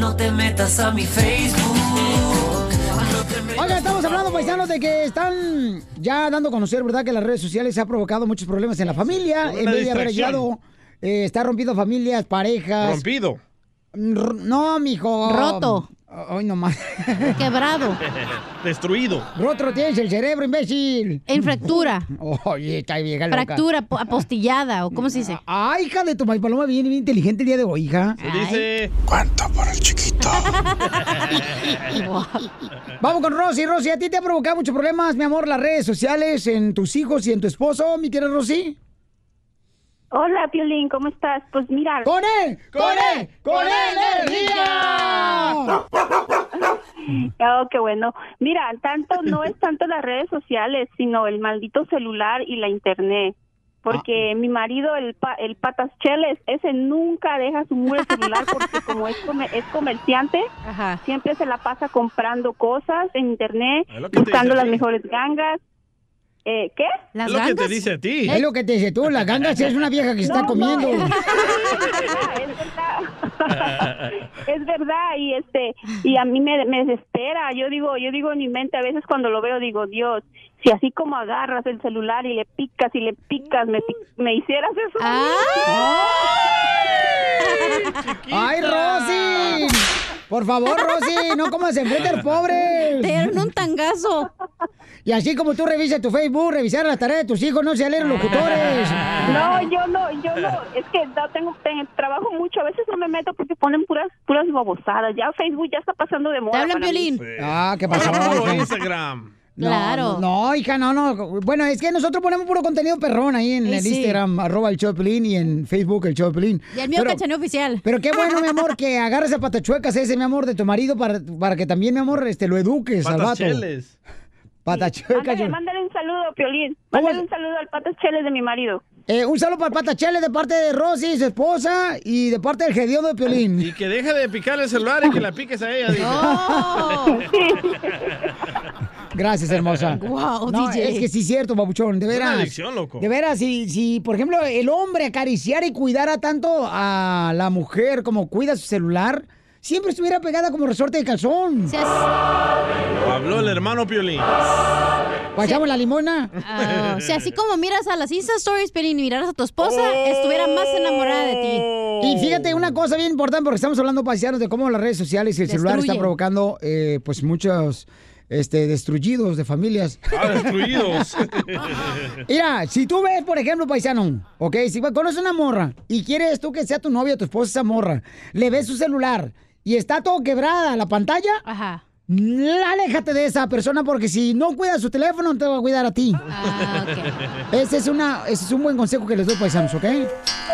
No te metas a mi Facebook. No te metas Oiga, estamos hablando, paisanos, de que están ya dando a conocer, ¿verdad?, que las redes sociales ha provocado muchos problemas en la familia. Una en vez de haber distracción. ayudado, eh, está rompiendo familias, parejas. Mm, Rompido. R- No, mijo. Mm, Roto. Hoy nomás. *laughs* Quebrado. *laughs* Destruido. Roto tienes el cerebro, imbécil. En fractura. Oye, cae vieja loca. Fractura po- apostillada, ¿o cómo se dice? Ay, hija de tu maíz paloma, bien, bien inteligente el día de hoy, hija. Dice. ¿Cuánto por el chiquito? Vamos con Rosy. Rosy, ¿a ti te ha provocado muchos problemas, mi amor, las redes sociales, en tus hijos y en tu esposo, mi querida Rosy? Hola, Piolín, ¿cómo estás? Pues mira. ¡Con él! ¡Con él! *laughs* ¡Con energía! *laughs* Oh, qué bueno. Mira, tanto no *laughs* es tanto las redes sociales, sino el maldito celular y la internet. Ah. Porque mi marido, el, pa- el Patas Cheles, ese nunca deja su muro celular *laughs* porque como es, come- es comerciante, siempre se la pasa comprando cosas en internet, Es lo que te dice buscando a las ti. mejores gangas. Eh, ¿Qué? Es lo que te dice a ti. Es lo que te dice tú, la ganga si es una vieja que se está *laughs* No, no, comiendo. es verdad y este y a mí me, me desespera yo digo yo digo en mi mente a veces cuando lo veo digo Dios si así como agarras el celular y le picas y le picas me, pi- me hicieras eso a Ah. mí". ¡Ay, Rosy! Por favor, Rosy, no comas enfrente al pobre. Te dieron un tangazo. Y así como tú revisas tu Facebook, revisar la tarea de tus hijos, no se leen locutores. No, yo no, yo no. Es que no tengo, te- trabajo mucho. A veces no me meto porque ponen puras puras babosadas. Ya Facebook ya está pasando de moda. hablan para mí. violín. Ah, ¿qué pasó? Puro Instagram. No, Claro. No, no, hija, no, no. Bueno, es que nosotros ponemos puro contenido perrón ahí en Y el sí. Instagram, arroba el Choplin y en Facebook el Choplin. Y el mío cachaneo oficial. Pero qué bueno, mi amor, *laughs* que agarres a patachuecas ese, mi amor, de tu marido para, para que también, mi amor, este, lo eduques al vato. Patacheles. Patachuecas. Mándale, mándale un saludo, Piolín. Mándale un saludo al Patas Cheles de mi marido. Eh, un saludo para el Patacheles de parte de Rosy, su esposa, y de parte del Gediondo de Piolín. Y que deje de picarle el celular y que la piques a ella. Dice. *laughs* Gracias, hermosa. Guau, No, DJ. Es que sí es cierto, babuchón, de Es una veras. adicción, loco. De veras, si, si, por ejemplo, el hombre acariciara y cuidara tanto a la mujer como cuida su celular, siempre estuviera pegada como resorte de calzón. Habló el hermano Piolín. Guayabo la limona. Ah, o sea, así como miras a las Insta Stories, Pelín, y miraras a tu esposa, estuviera más enamorada de ti. Y fíjate una cosa bien importante, porque estamos hablando, paisanos, de cómo las redes sociales y el celular Destruyen. están provocando, eh, pues, muchos este, destruidos de familias. *laughs* Ah, destruidos. *laughs* Mira, si tú ves, por ejemplo, paisano, ok, si conoces una morra y quieres tú que sea tu novia o tu esposa esa morra, le ves su celular y está todo quebrada la pantalla, Ajá. aléjate de esa persona porque si no cuidas su teléfono, te va a cuidar a ti. Ah. Ah, Ese es, una, ese es un buen consejo que les doy, paisanos, ¿ok?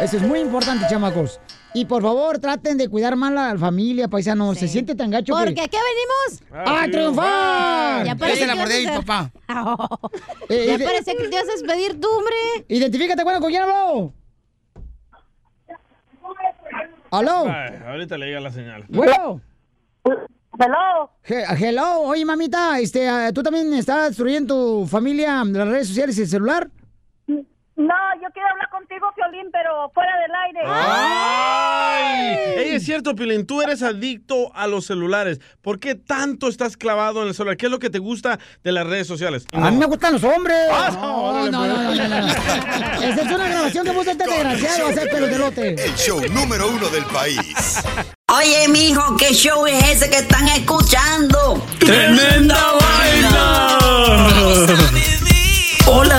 Eso es muy importante, chamacos. Y por favor, traten de cuidar más a la familia, paisanos. Se siente tan gacho que- Porque aquí venimos ¡A triunfar! Ya parece Esa la que mordí ibas a a mi *laughs* hacer- Eh, ya ide- parecía que te ibas a despedir tú, hombre. Identifícate, bueno, ¿con quién habló? ¿Aló? Ay, ahorita le llega la señal. Bueno. Hello. hello. Oye, mamita, este, ah, ¿tú también estás destruyendo tu familia, las redes sociales y el celular? No, yo quiero hablar contigo, Piolín, pero fuera del aire. ¡Ay! Ey, es cierto, Piolín, tú eres adicto a los celulares. ¿Por qué tanto estás clavado en el celular? ¿Qué es lo que te gusta de las redes sociales? A mí me gustan los hombres. Ah, no, no, no, no, no, no, no. Esa es una grabación que puso este desgraciado, o *laughs* sea, pelotelote. El show número uno del país. Oye, mijo, ¿qué show es ese que están escuchando? ¡Tremenda vaina! Hola